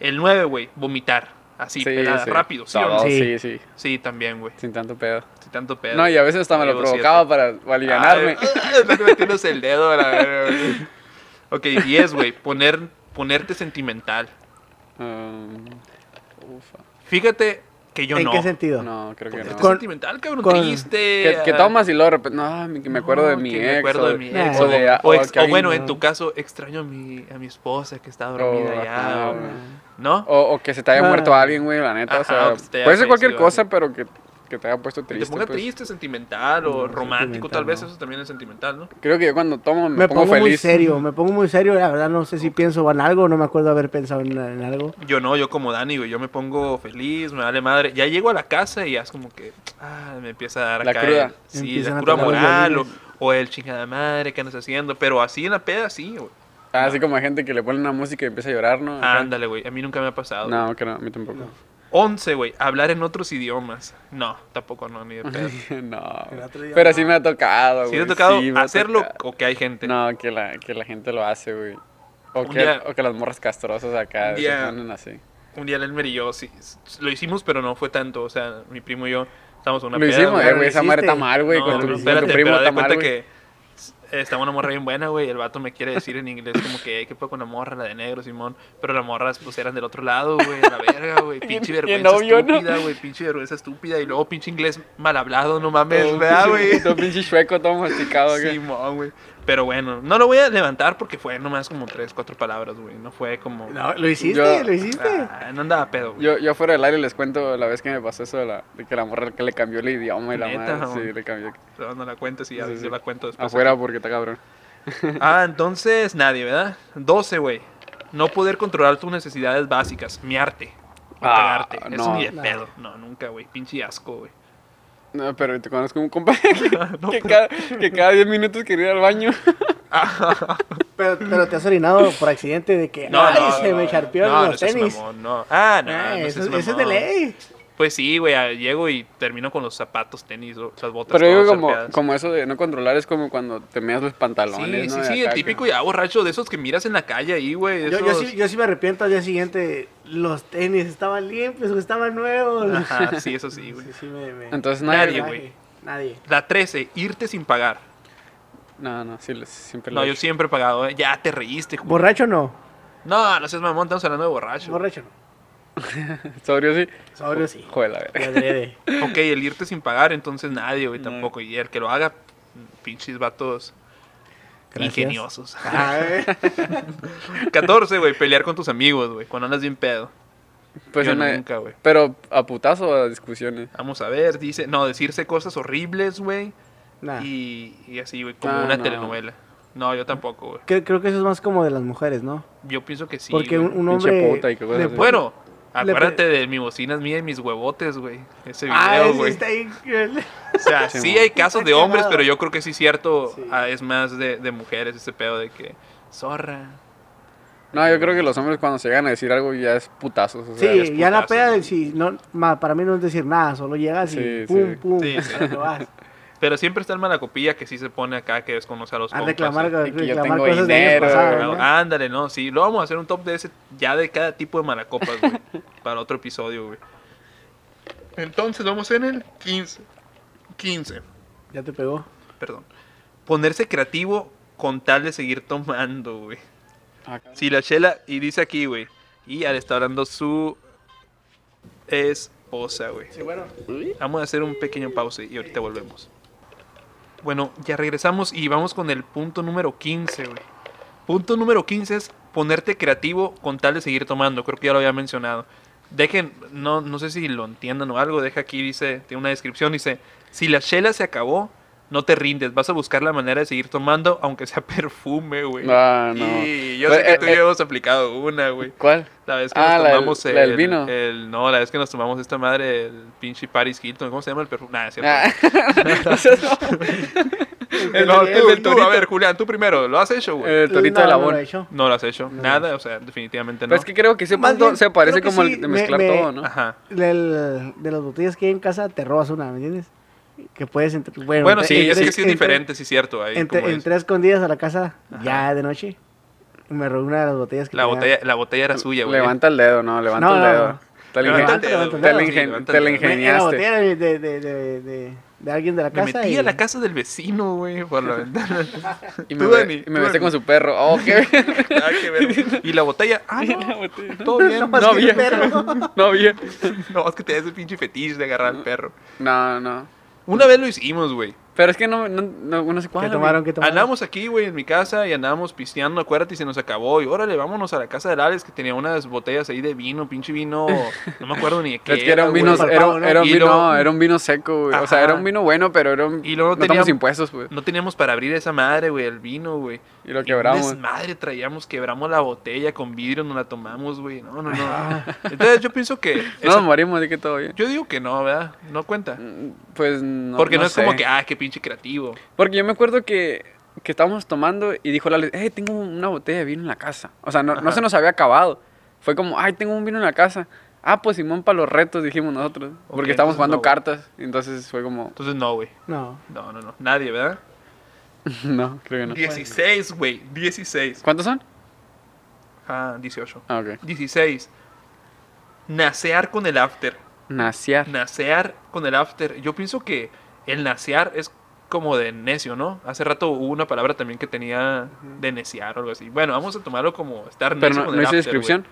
El nueve, güey, vomitar. Así,
Sí,
pelada,
sí.
rápido, ¿sí o no?
Todos,
Sí,
Sí.
sí, sí.
también, güey.
Sin tanto pedo.
Si tanto pedo.
No, y a veces hasta me lo
Llevo siete. Ah,
provocaba para aliviarme.
Ay, no te metieras eh, el dedo a la verga, güey. Ok, diez, güey, poner, ponerte sentimental. eh.
Um, ufa.
Fíjate que yo
¿En
no.
qué sentido?
No, creo que no.
Ponerte
Con-
sentimental, cabrón,
con-
triste.
Que, que
ah,
tomas y luego de repente, no, mi- que me acuerdo
No,
de mi
que
ex.
Me acuerdo
o
de mi ex.
o
O,
de-
o
o
ex-
que
o
alguien-
bueno, en
no.
tu caso, extraño a mi, a mi esposa que está
o-
dormida
ajá,
ya.
güey. Oh,
¿No?
O, o que se te haya
Ah.
muerto alguien, güey, la
Ajá,
neta. o sea,
o que se te haya
puede ser cualquier
fallecido
cosa, pero que, que te haya puesto
Que
triste.
te ponga
pues. Mm,
triste, sentimental o
No,
romántico,
sentimental,
tal vez
no.
eso también es sentimental, ¿no?
Creo que yo cuando tomo me,
Me
pongo,
pongo muy
feliz.
serio, me pongo muy serio, la verdad no sé si pienso en algo, no me acuerdo haber pensado en, en algo.
Yo no, yo como Dani, güey, yo me pongo feliz, me vale madre. Ya llego a la casa y ya es como que ah, me empieza a dar
La
acá
cruda.
el- sí,
Empiezan
la
a
cruda
tocar los
moral o,
violines.
o el chingada madre que andas haciendo, pero así en la peda sí, güey.
Ah, Así como hay gente que le pone una música y empieza a llorar, ¿no? Acá.
Ándale, güey, a mí nunca me ha pasado.
No, que no, a mí tampoco.
11, güey, hablar en otros idiomas. No, tampoco no, ni de pedo.
no.
El otro día
Pero
no.
sí me ha tocado,
Si
güey.
te ha tocado
sí me ha
hacerlo
tocado.
o que hay gente.
No, que la, que la gente lo hace, güey. O,
Un
que,
día-
o que las morras castrosas acá
Un
se
día-
ponen así.
Un día Elmer y yo sí, s- lo hicimos, pero no fue tanto. O sea, mi primo y yo estábamos en una
Lo
peda,
hicimos,
güey.
eh, güey. Esa madre
hiciste.
está mal, güey.
No,
con
no,
tu,
no,
con tu
espérate,
primo
pero da
está
de
mal,
cuenta
güey.
que s- está una morra bien buena, güey. El vato me quiere decir en inglés como que, "Ey, ¿qué fue con la morra? La de negro, Simón. Pero las morras, pues, eran del otro lado, güey. La verga, güey. Pinche
Y- y
vergüenza
novio, ¿no?
estúpida, güey. Pinche vergüenza estúpida. Y luego pinche inglés mal hablado, no mames,
Todo
¿verdad,
pinche-
güey?
Todo pinche chueco, todo masticado. acá.
Simón, güey. Pero bueno, no lo voy a levantar porque fue nomás como tres, cuatro palabras, güey. No fue como...
No, lo hiciste,
Yo-
lo hiciste.
Ah, no andaba pedo, güey.
Yo, yo fuera del aire les cuento la vez que me pasó eso de, la, de que la morra que le cambió el idioma y la
Neta,
madre. Sí,
no.
le cambió.
No, no la cuentes y ya
Sí, sí.
yo la cuento después.
Afuera porque está cabrón.
Ah, entonces nadie, ¿verdad? 12, güey. No poder controlar tus necesidades básicas. Mi arte.
Ah,
pegarte.
no.
Eso ni de
No.
pedo. No, nunca, güey. Pinche asco, güey.
No, pero te conozco un compa que,
No,
que
pero-
cada, que cada 10 minutos quería ir al baño.
Pero, pero te has orinado por accidente de que
No,
ay,
no,
se
no,
me
no,
charpeó
no, no
los
seas
tenis.
mamón, no. Ah, no,
Ah,
no
eso,
seas
eso es de
mamón.
ley.
Pues sí, güey. ah, Llego y termino con los zapatos, tenis, o- las botas.
Pero
todas
digo, como,
zarpeadas.
como eso de no controlar es como cuando te meas los pantalones.
Sí,
¿no?
sí,
De
sí. El
acá que-
típico ya borracho de esos que miras en la calle ahí, güey.
Yo, yo,
esos-
sí, yo sí me arrepiento al día siguiente. Los tenis estaban limpios, o estaban nuevos.
Ajá, sí, eso sí, güey.
Sí, sí, me- me-
Entonces
Nadie,
nadie.
güey.
Nadie.
La 13, irte sin pagar.
No, no, sí, les- siempre
No,
lo
yo
he hecho.
siempre he pagado, ¿eh? Ya te reíste, güey.
¿Borracho no?
No, no seas mamón, estamos hablando de borracho.
Borracho no.
Sobrio sí.
Sobrio sí.
Joder, la verga.
Y adrede.
Ok, el irte sin pagar, entonces nadie, güey,
No.
tampoco. Y el que lo haga, pinches vatos
Gracias.
ingeniosos.
Ah, eh.
14, güey, pelear con tus amigos, güey, cuando andas bien pedo.
Pues
Yo
en la-
nunca, güey.
Pero a putazo o a discusiones.
Vamos a ver, dice, no, decirse cosas horribles, güey,
Nah.
y, y así, güey, como
Ah,
una
no.
telenovela. No, yo tampoco, güey.
Creo, creo que eso es más como de las mujeres, ¿no?
Yo pienso que sí.
Porque un,
güey.
un
Pinche
hombre.
puta y qué cosas
le
así.
pone-
Bueno,
le
acuérdate de mi bocina es mía y mis huevotes, güey. Ese
Ah,
video,
sí
güey.
está ahí. güey.
O sea,
Sí,
sí
mo.
hay casos de
Está
hombres,
clavado.
pero yo creo que sí es cierto,
Sí.
ah, es más de, de mujeres ese pedo de que, zorra.
No, yo creo que los hombres cuando se llegan a decir algo ya es putazos. O sea,
Sí, ya la
putazo,
peda
güey.
del si no, ma- para mí no es decir nada, solo llegas
Sí,
y pum,
sí.
pum,
Sí, Pues, sí.
a lo que vas.
Pero siempre está el malacopilla que sí se pone acá que desconoce a los
a
compas,
reclamar,
¿eh?
que yo
reclamar
tengo
cosas de años
dinero,
pasados,
Pero,
¿no?
Ándale, no, sí. Luego vamos a hacer un top de ese, ya de cada tipo de malacopas, güey. para otro episodio, güey. Entonces vamos en el 15. 15,
Ya te pegó.
perdón. Ponerse creativo con tal de seguir tomando, güey.
Ah,
Si la chela, y dice aquí, güey. Y al está hablando su esposa, güey.
Sí, bueno.
Vamos a hacer un pequeño pause y ahorita volvemos. Bueno, ya regresamos y vamos con el punto número 15, güey. Punto número 15 es ponerte creativo con tal de seguir tomando. Creo que ya lo había mencionado. Dejen, no, no sé si lo entiendan o algo, deja aquí, dice, tiene una descripción, dice, si la chela se acabó, no te rindes, vas a buscar la manera de seguir tomando, aunque sea perfume, güey.
Ah, no.
Y yo sé
Pues,
que
eh,
tú y
eh.
yo hemos aplicado una, güey.
¿Cuál?
La vez que
Ah,
nos
la del-
tomamos
la del vino.
el- no, la vez que nos tomamos esta madre, el pinche Paris Hilton, ¿cómo se llama el perfume? Nah, es cierto.
Ah. O sea, no.
Eh, no, tú, tú, a ver, Julián, tú primero, ¿lo has hecho, güey?
Eh, El torito de
No,
la
no lo
bola.
he hecho.
no lo has hecho,
no.
nada, o sea, definitivamente no.
Pero es que creo que ese
Más
punto
bien,
se parece
creo que
como
sí,
el de
me-
mezclar
me- Ah,
todo, ¿no?
Ajá.
Del- de las botellas que hay en casa, te robas una, ¿me entiendes? Que puedes entr- Bueno,
Bueno,
entre-
sí,
entre-
es que sí es
entre-
diferente, sí es cierto. Ahí,
entre-
como es.
entré a escondidas a la casa,
Ajá.
ya de noche. Me robé una de las botellas que
La,
tenía.
botella, la botella era suya, güey.
Levanta el dedo, no, levanta
No,
el
no,
dedo.
no.
Te la
Levanta
ingen-
el dedo,
Levanta el
te
dedo,
la
sí,
ingen-
levanta
te
el
la
dedo. eh,
Me- Era la
ingeniaste.
botella de, de, de, de, de- de alguien de la
Me
casa.
metí
y-
a la casa del vecino, güey, por la ventana.
Y
Tú,
me, ve-
Dani,
y
tú,
me besé
Dani.
con su perro. Oh, qué
Nada que ver, güey. Y la botella, ah,
La
no,
botella.
todo bien.
más
No
que el
había.
perro.
No había.
No, es que te das el pinche fetiche de agarrar al perro.
No, no.
Una vez lo hicimos, güey.
Pero es que no, no, no, no sé
¿Qué
cuál.
tomaron?
güey.
¿Qué tomaron?
Andamos aquí, güey, en mi casa y andábamos pisteando, acuérdate, y se nos acabó. Y órale, vámonos a la casa del Alex que tenía unas botellas ahí de vino, pinche vino, no me acuerdo ni de qué.
Es que era un
güey.
vino,
güey.
era, era un
Y
vino,
luego-
era un vino seco, güey. O sea,
Ajá.
era un vino bueno, pero era un,
Y luego
no
tenía-
teníamos impuestos, güey.
No teníamos para abrir esa madre, güey, el vino, güey.
Y
Y
lo
un
quebramos.
Desmadre, traíamos, quebramos la botella con vidrio, nos la tomamos, güey. No, no, no. Entonces yo pienso que.
Ah. No,
esa-
nos morimos, así que todo bien.
yo digo que no, ¿verdad? No cuenta.
Mm, Pues no.
Porque no, es como
sé.
que, ah, qué pinche creativo.
Porque yo me acuerdo que, que estábamos tomando y dijo la hey, tengo una botella de vino en la casa. O sea, no, no
Ajá.
se nos había acabado. Fue como, ay, tengo un vino en la casa. Ah, pues Simón para los retos, dijimos nosotros.
Ok,
Porque estábamos
entonces
jugando
no, güey.
cartas. Entonces fue como,
Entonces no, güey.
No.
No, no, no. Nadie, ¿verdad?
no, creo que no.
16, güey. 16.
¿Cuántos son?
Ah, 18.
Ah, ok.
16. Nacear con el after.
Naciar.
Nacear con el after. Yo pienso que el nacear es como de necio, ¿no? Hace rato hubo una palabra también que tenía de neciar o algo así. Bueno, vamos a tomarlo como estar
Pero
necio
no,
con
no
el
hice
after, güey.
descripción.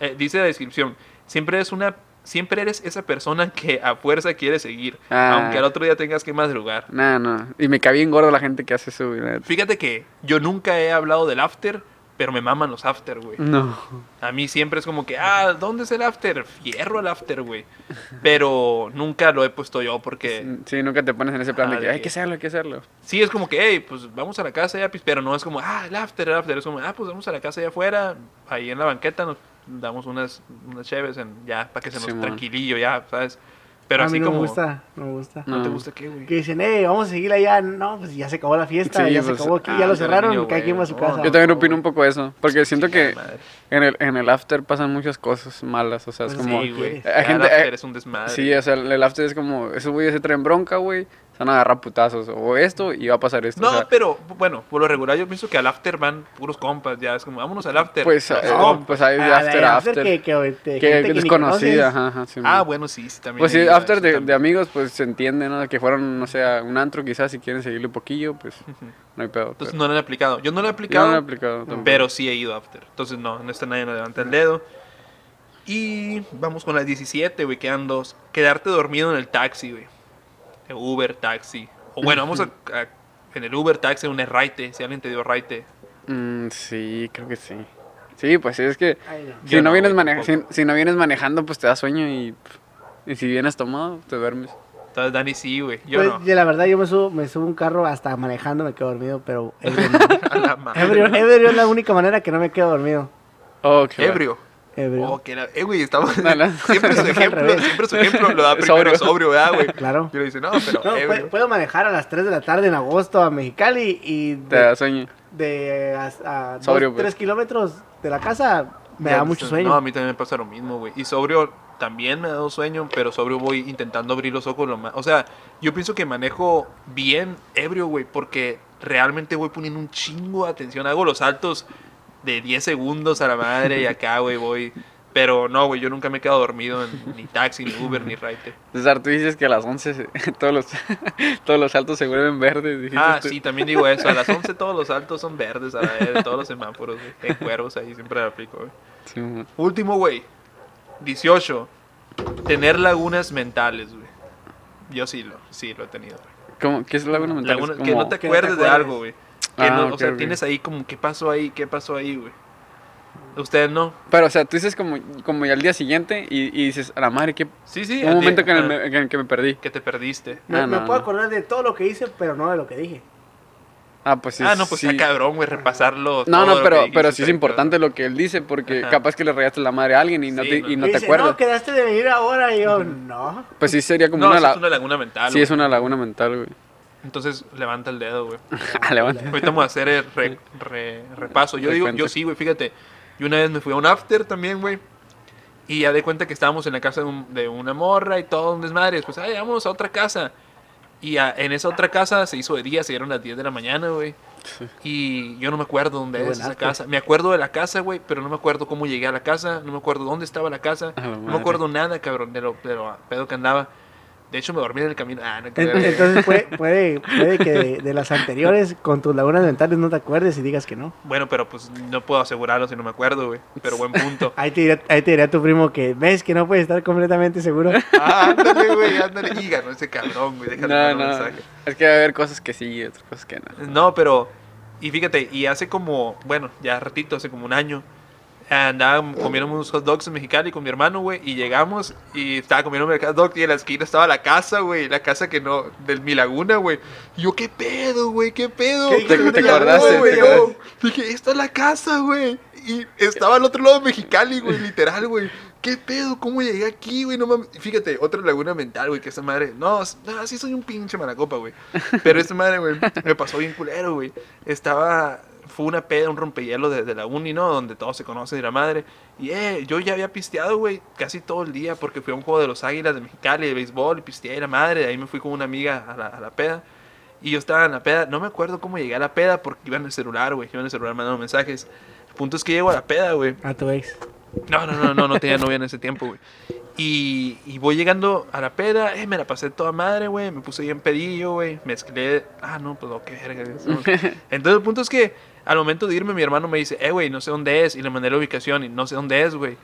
Eh, dice la descripción, siempre es una siempre eres esa persona que a fuerza quiere seguir,
Ah.
aunque al otro día tengas que madrugar.
Nah, no. Y me cae bien gordo la gente que hace eso, güey, la neta.
Fíjate que yo nunca he hablado del after, pero me maman los after, güey.
No.
A mí siempre es como que, ah, ¿dónde es el after? Fierro el after, güey. Pero nunca lo he puesto yo porque
Sí, nunca te pones en ese plan
Ah,
de que
de
hay
que-
que hacerlo, hay que hacerlo.
sí es como que, hey, pues vamos a la casa ya, pues", pero no es como, ah, el after, el after. Es como, ah, pues vamos a la casa allá afuera, ahí en la banqueta nos damos unas, unas cheves en- ya, para que se nos
Simón.
tranquilillo ya, ¿sabes? Pero
a
así
mí no
como...
me gusta, no me gusta.
¿No te
No.
gusta qué, güey?
Que dicen, eh, vamos a seguir allá. No, pues ya se acabó la fiesta,
Sí,
ya
pues,
se acabó aquí,
ah,
ya
pero
lo
niño,
cerraron, cada quien
güey,
va a su
no,
casa.
Ah,
Yo también
no,
opino
güey.
un poco eso, porque siento que
Madre.
en el, en el after pasan muchas cosas malas, o sea, es
Pues
como...
Sí, güey.
hay
Cada
gente-
after
eh,
es un desmadre.
Sí, o sea, el el after es como, esos güeyes se traen bronca, güey, se van a agarrar putazos, o esto, y va a pasar esto. o
No,
sea,
pero bueno, por lo regular yo pienso que al after van puros compas, ya es como, vámonos al after.
Pues,
Los
eh,
compas.
pues hay de
Ah,
after,
la
a
de
after, que,
que, que, que, gente que ni
desconocida,
conoces.
ajá, ajá, sí,
ah,
man.
bueno, sí, sí, también.
Pues sí,
hay-
after
eso
de,
también.
de amigos, pues se entiende, ¿no? Que fueron, no sé, a un antro quizás, si quieren seguirle un poquillo, pues
Ujú.
no hay pedo.
Entonces no
pero-
lo he aplicado. Yo no lo he
Yo
aplicado,
no lo he aplicado tampoco.
pero sí he ido a after. Entonces no, no está nadie, no levanta el dedo. Y vamos con las 17, güey, quedan dos. Quedarte dormido en el taxi, güey. El Uber, taxi. O bueno, vamos a, a- en el Uber, taxi, un erraite, si alguien te dio erraite.
Mm, sí, creo que sí. Sí, pues es que
Ay, no.
si
Yo
no,
no,
vienes
güey,
maneja- si,
tampoco.
si no vienes manejando, pues te da sueño y, pff, y si vienes tomado, te duermes.
Entonces Dani sí, güey. Yo no.
Pues, y la verdad, yo me subo, me subo un carro hasta manejando, me quedo dormido, pero ebrio. no.
A la madre.
ebrio, ebrio es la única manera que no me quedo dormido.
Oh, qué bueno.
Ebrio.
Ebrio.
Oh, que la- Eh, güey, estamos...
No, no.
Siempre su
Al
ejemplo,
revés.
siempre su ejemplo lo da primero sobrio,
Sobrio.
¿verdad, güey?
Claro.
Y le dice, no, pero
No,
ebrio.
puedo, puedo manejar a las 3 de la tarde en agosto a Mexicali y
Te da
de,
sueño.
de a, a dos,
Sobrio, pues.
tres kilómetros de la casa me
Ya,
da
pues,
mucho
No, a
sueño.
mí también me pasa lo mismo, güey. Y sobrio también me ha dado sueño, pero sobrio voy intentando abrir los ojos lo más... O sea, yo pienso que manejo bien ebrio, güey, porque realmente voy poniendo un chingo de atención. Hago los saltos de 10 segundos a la madre y acá, güey, voy... Pero no, güey, yo nunca me he quedado dormido en ni taxi, ni Uber, ni Raite.
César, tú dices que a las 11 se- todos los, todos los saltos se vuelven verdes. dijiste
Ah,
tú.
sí, también digo eso. A las 11 todos los saltos son verdes, a la vez, todos los semáforos, güey. En cuervos ahí siempre lo aplico, güey.
Sí, man.
Último, güey. 18. Tener lagunas mentales, güey. Yo sí lo, sí lo he tenido. güey.
¿Cómo? ¿Qué es la laguna mental? Es
Lagunas-
como-
Mm, que no te
Que no te
acuerdes de
acuerdes.
algo, güey. Que
Ah,
no- o
ok,
sea,
ok.
tienes ahí como, ¿qué pasó ahí? ¿Qué pasó ahí, güey? Ustedes no.
Pero, o sea, tú dices como, como ya al día siguiente y, y dices, a la madre, qué,
Sí, sí.
un
a ti-
momento que en el
ajá,
me- en el que me perdí.
que te perdiste.
Me,
Ah,
me
no,
puedo
no.
acordar de todo lo que hice, pero no de lo que dije.
Ah, pues sí.
ah, no, pues
sí.
está cabrón, güey, repasarlo.
No,
todo
no,
lo
pero,
que
pero
dijiste,
sí es importante lo que él dice, porque
Ajá.
capaz que le rayaste la madre a alguien y no
Sí,
te,
no.
y no
Me
te
dice,
acuerdas.
no, quedaste de venir ahora. Y yo, no.
Pues sí sería como
No,
una,
eso
la-
es una laguna mental.
Sí,
güey.
es una laguna mental, güey.
Entonces levanta el dedo, güey.
Ah, levanta.
Ahorita vamos a hacer el re- re- repaso. Yo digo, yo
Recuento.
sí, güey, fíjate. Yo una vez me fui a un after también, güey. Y ya de cuenta que estábamos en la casa de, un- de una morra y todo un desmadre. Pues, ay, vámonos a otra casa. Y a- en esa otra casa se hizo de día, se dieron las 10 de la mañana, güey. Y yo no me acuerdo dónde
Qué
es
buen
esa
after.
casa. Me acuerdo de la casa, güey, pero no me acuerdo cómo llegué a la casa. No me acuerdo dónde estaba la casa.
A la
no me
madre.
acuerdo nada, cabrón, de lo, de lo pedo que andaba. De hecho, me dormí en el camino. Ah, no,
En-
creo, güey.
Entonces puede, puede, puede que de, de las anteriores, con tus lagunas mentales, no te acuerdes y digas que no.
Bueno, pero pues no puedo asegurarlo si no me acuerdo, güey. Pero buen punto.
Ahí te diré, ahí te diré a tu primo que ves que no puedes estar completamente seguro.
Ah, ándale, güey, ándale. Y ganó ese cabrón, güey. Déjale
No,
mandar un
no.
mensaje.
Es que va a haber cosas que sí y otras cosas que no.
No, pero. Y fíjate, y hace como. Bueno, ya ratito, hace como un año. Andaba comiendo unos hot dogs en Mexicali con mi hermano, güey. Y llegamos y estaba comiendo un hot dog. Y en la esquina estaba la casa, güey. La casa que no. Del Mi Laguna, güey. Y yo, ¿qué pedo, güey? ¿Qué pedo?
¿Qué Te- hijo de te la
acordaste,
laguna,
güey?
te
Yo
acordaste.
Dije, esta es la casa, güey. Y estaba al otro lado de Mexicali, güey, literal, güey. ¿Qué pedo? ¿Cómo llegué aquí, güey? No mames. Fíjate, otra laguna mental, güey, que esa madre. No, s- no, sí soy un pinche maracopa, güey. Pero esa madre, güey, me pasó bien culero, güey. Estaba. Fue una peda, un rompehielo de, de la uni, ¿no? Donde todos se conocen y la madre. Y eh, yo ya había pisteado, güey, casi todo el día, porque fui a un juego de los Águilas de Mexicali, de béisbol, y pisteé y la madre. De ahí me fui con una amiga a la, a la peda. Y yo estaba en la peda, no me acuerdo cómo llegué a la peda porque iba en el celular, güey, iba en el celular mandando mensajes. Punto es que llego a la peda, güey.
A tu ex.
No, no, no, no, no tenía novia en ese tiempo, güey. Y, y voy llegando a la peda, eh, me la pasé toda madre, güey. Me puse bien pedillo, güey. Mezclé. Ah, no, pues lo que verga. eso. Entonces, el punto es que al momento de irme, mi hermano me dice, eh, güey, no sé dónde es. Y le mandé la ubicación y no sé dónde es, güey.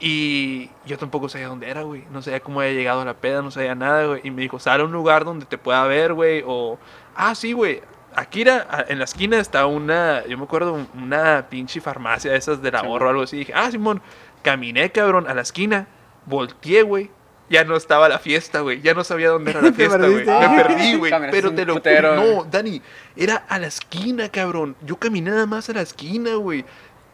Y yo tampoco sabía dónde era, güey. No sabía cómo había llegado a la peda, no sabía nada, güey. Y me dijo, sale a un lugar donde te pueda ver, güey. O, ah, sí, güey. Aquí era, a- en la esquina está una, yo me acuerdo, un- una pinche farmacia de esas del ahorro o algo así. Dije, ah, Simón, caminé, cabrón, a la esquina, volteé, güey. Ya no estaba la fiesta, güey. Ya no sabía dónde era la
Te
fiesta, güey.
perdiste.
Me
Ah,
perdí, güey.
caminaste
Pero
un
te lo
putero,
juro. No,
güey.
Dani, era a la esquina, cabrón. Yo caminé nada más a la esquina, güey.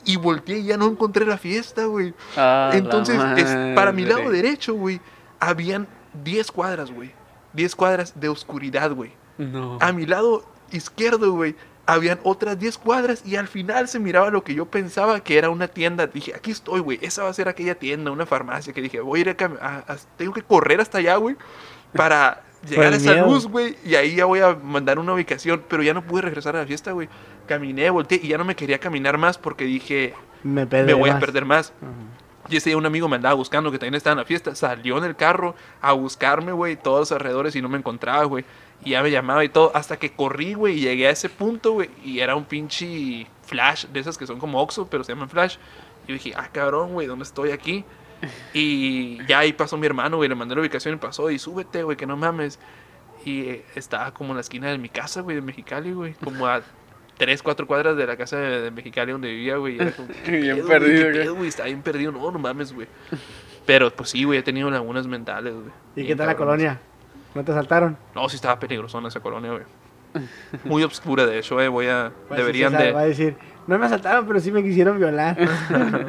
Y volteé y ya no encontré la fiesta, güey.
Ah, la
Entonces, es- para mi lado
madre.
derecho, güey, habían 10 cuadras, güey. 10 cuadras de oscuridad, güey.
No.
A mi lado izquierdo, güey, habían otras 10 cuadras y al final se miraba lo que yo pensaba que era una tienda. Dije, aquí estoy, güey, esa va a ser aquella tienda, una farmacia. Que dije, voy a ir a, cam- a- a- Tengo que correr hasta allá, güey, para llegar
el
a esa
miedo.
luz, güey, y ahí ya voy a mandar una ubicación. Pero ya no pude regresar a la fiesta, güey. Caminé, volteé y ya no me quería caminar más porque dije,
Me perdí.
me voy a perder más. Y ese día un amigo me andaba buscando, que también estaba en la fiesta. Salió en el carro a buscarme, güey, todos los alrededores y no me encontraba, güey. Y ya me llamaba y todo, hasta que corrí, güey, y llegué a ese punto, güey. Y era un pinche flash, de esas que son como Oxxo, pero se llaman flash. Y yo dije, ah, cabrón, güey, ¿dónde estoy aquí? Y ya ahí pasó mi hermano, güey, le mandé la ubicación y pasó, y súbete, güey, que no mames. Y eh, estaba como en la esquina de mi casa, güey, de Mexicali, güey. Como a tres, cuatro cuadras de la casa de, de Mexicali donde vivía, güey. y era como, ¿qué
Bien
pedo, güey? ¿Qué
perdido, güey.
pedo, güey? Estaba bien perdido, no, no mames, güey. Pero pues sí, güey, he tenido lagunas mentales, güey.
¿Y qué
Bien
tal la
cabrones.
colonia? ¿No te saltaron?
No, sí estaba peligrosona esa colonia, güey. Muy obscura, de hecho, eh, voy a...
Va a decir
deberían
César, Va a
de...
decir, no me asaltaron, pero sí me quisieron violar.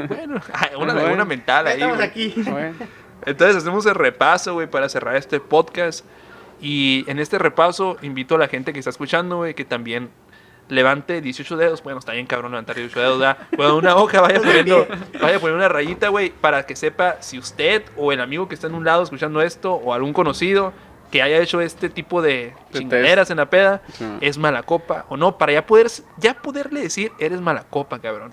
bueno, ay, una
Bueno,
laguna
bueno.
mental Ah, ahí,
Estamos
güey.
aquí.
Bueno,
Entonces hacemos el repaso, güey, para cerrar este podcast. Y en este repaso invito a la gente que está escuchando, güey, que también levante 18 dedos. Bueno, está bien cabrón levantar 18 dedos, ¿verdad? Bueno, una hoja, vaya poniendo, vaya poniendo una rayita, güey, para que sepa si usted o el amigo que está en un lado escuchando esto o algún conocido que haya hecho este tipo de
test.
chingaderas en la peda,
Sí.
es mala copa o no, para ya, poder, ya poderle decir, eres mala copa, cabrón.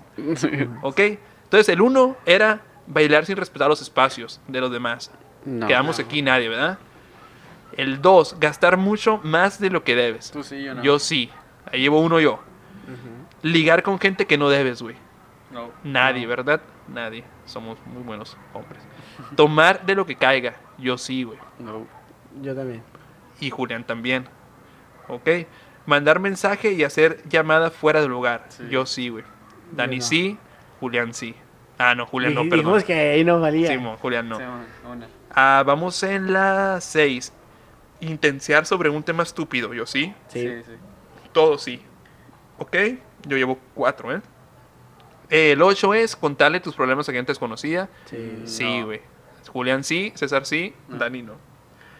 ¿Ok? Entonces el uno era bailar sin respetar los espacios de los demás.
No.
Quedamos aquí nadie, ¿verdad? El dos, gastar mucho más de lo que debes.
Tú sí, yo no.
Yo sí. Ahí llevo uno yo. Ligar con gente que no debes, güey.
No.
Nadie, ¿verdad? Nadie. Somos muy buenos hombres. Tomar de lo que caiga. Yo sí, güey.
No.
Yo también.
Y Julián también. ¿Ok? Mandar mensaje y hacer llamada fuera del lugar.
Sí.
Yo sí, güey. Dani
Yo no.
sí, Julián sí. Ah, no, Julián no,
Dij-
perdón.
Dijimos que ahí no valía.
Simón, Julián no.
Sí, una- una.
Ah, vamos en la 6. Intensear sobre un tema estúpido, yo sí.
Sí.
Sí, sí.
Todo sí. ¿Ok? Yo llevo 4, ¿eh? Eh, El 8 es contarle tus problemas a gente desconocida.
Sí.
Sí,
No.
güey. Julián sí, César sí,
No.
Dani no.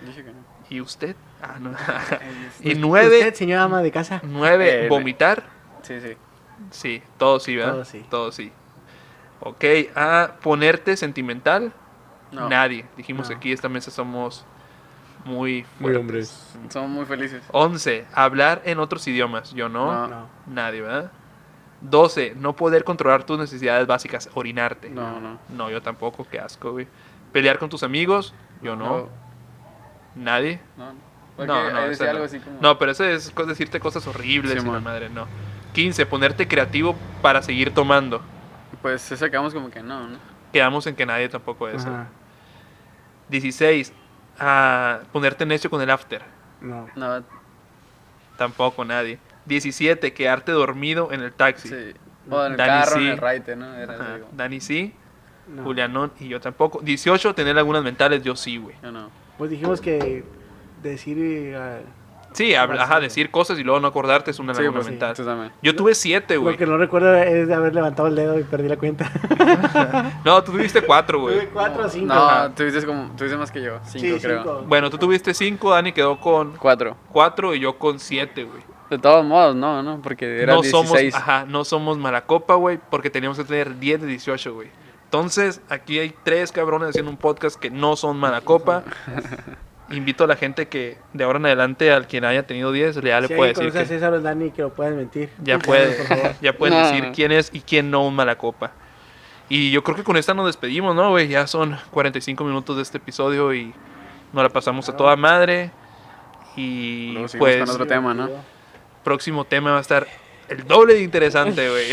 Dije que no.
¿Y usted? Ah, no. y
Sí,
¿Usted,
9,
señora ama de casa?
9
Eh,
vomitar.
sí. sí.
Sí, todo sí, ¿verdad?
Todo sí.
Todo sí. Ok, ah, ponerte sentimental.
No.
Nadie. Dijimos
No.
que aquí esta mesa somos muy
Muy
fuertes.
hombres.
Somos muy felices.
11. Hablar en otros idiomas. Yo no.
No.
No.
Nadie, ¿verdad? 12. No poder controlar tus necesidades básicas. Orinarte.
No, no.
No, yo tampoco. Qué asco, güey. Pelear con tus amigos. Yo no. Nadie.
No, no.
No,
Porque
no,
ahí
esa
decía
no.
algo así como.
No, pero eso es co- decirte cosas horribles.
Sí,
y la
man.
madre, no. 15. Ponerte creativo para seguir tomando.
Pues esa quedamos como que no, ¿no?
Quedamos en que nadie tampoco es. ¿eh?
Ajá.
16. ah, ponerte necio con el after.
No.
No,
Tampoco nadie. 17. Quedarte dormido en el taxi.
sí. O en el
Dani,
carro,
sí.
en el raite, ¿no? Era
Ajá.
así como,
Dani sí.
no.
Julianón y yo tampoco. 18, tener lagunas mentales, yo sí, güey.
Yo no.
Pues dijimos que decir. eh,
Sí, habla- ajá,
Bastante.
decir cosas y luego no acordarte es una
Sí,
laguna
pues,
mental.
tú también.
Yo tuve 7,
lo
güey.
que no recuerdo es de haber levantado el dedo y perdí la cuenta.
No, tú tuviste 4, güey.
Tuve cuatro o cinco.
No, tú dices como, tú dices más que yo. Cinco,
sí,
creo.
cinco.
Bueno, tú tuviste 5, Dani quedó con
Cuatro.
4 y yo con 7, güey.
De todos modos, no, no, porque era
No somos,
16.
ajá, no somos malacopa, güey, porque teníamos que tener 10 de 18, güey. Entonces, aquí hay tres cabrones haciendo un podcast que no son malacopa. invito a la gente que de ahora en adelante, al quien haya tenido 10, ya le
si
pues,
puede decir
alguien conoce a
que
César o Dani que lo puedan mentir.
ya
por
puede,
favor.
ya pueden
No.
decir quién es y quién no un Malacopa. Y yo creo que con esta nos despedimos, ¿no, güey? Ya son 45 minutos de este episodio y nos la pasamos a toda madre. Y
Luego seguimos
pues,
con otro tema, ¿no?
próximo tema va a estar el doble de interesante, güey.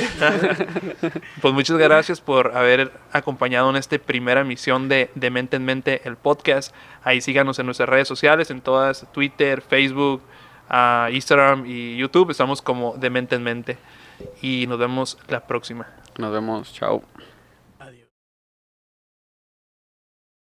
pues muchas gracias por haber acompañado en esta primera misión de, de Mente en Mente, el podcast. Ahí síganos en nuestras redes sociales, en todas, Twitter, Facebook, ah, Instagram y YouTube. Estamos como de Mente en Mente. Y nos vemos la próxima.
Nos vemos, chao.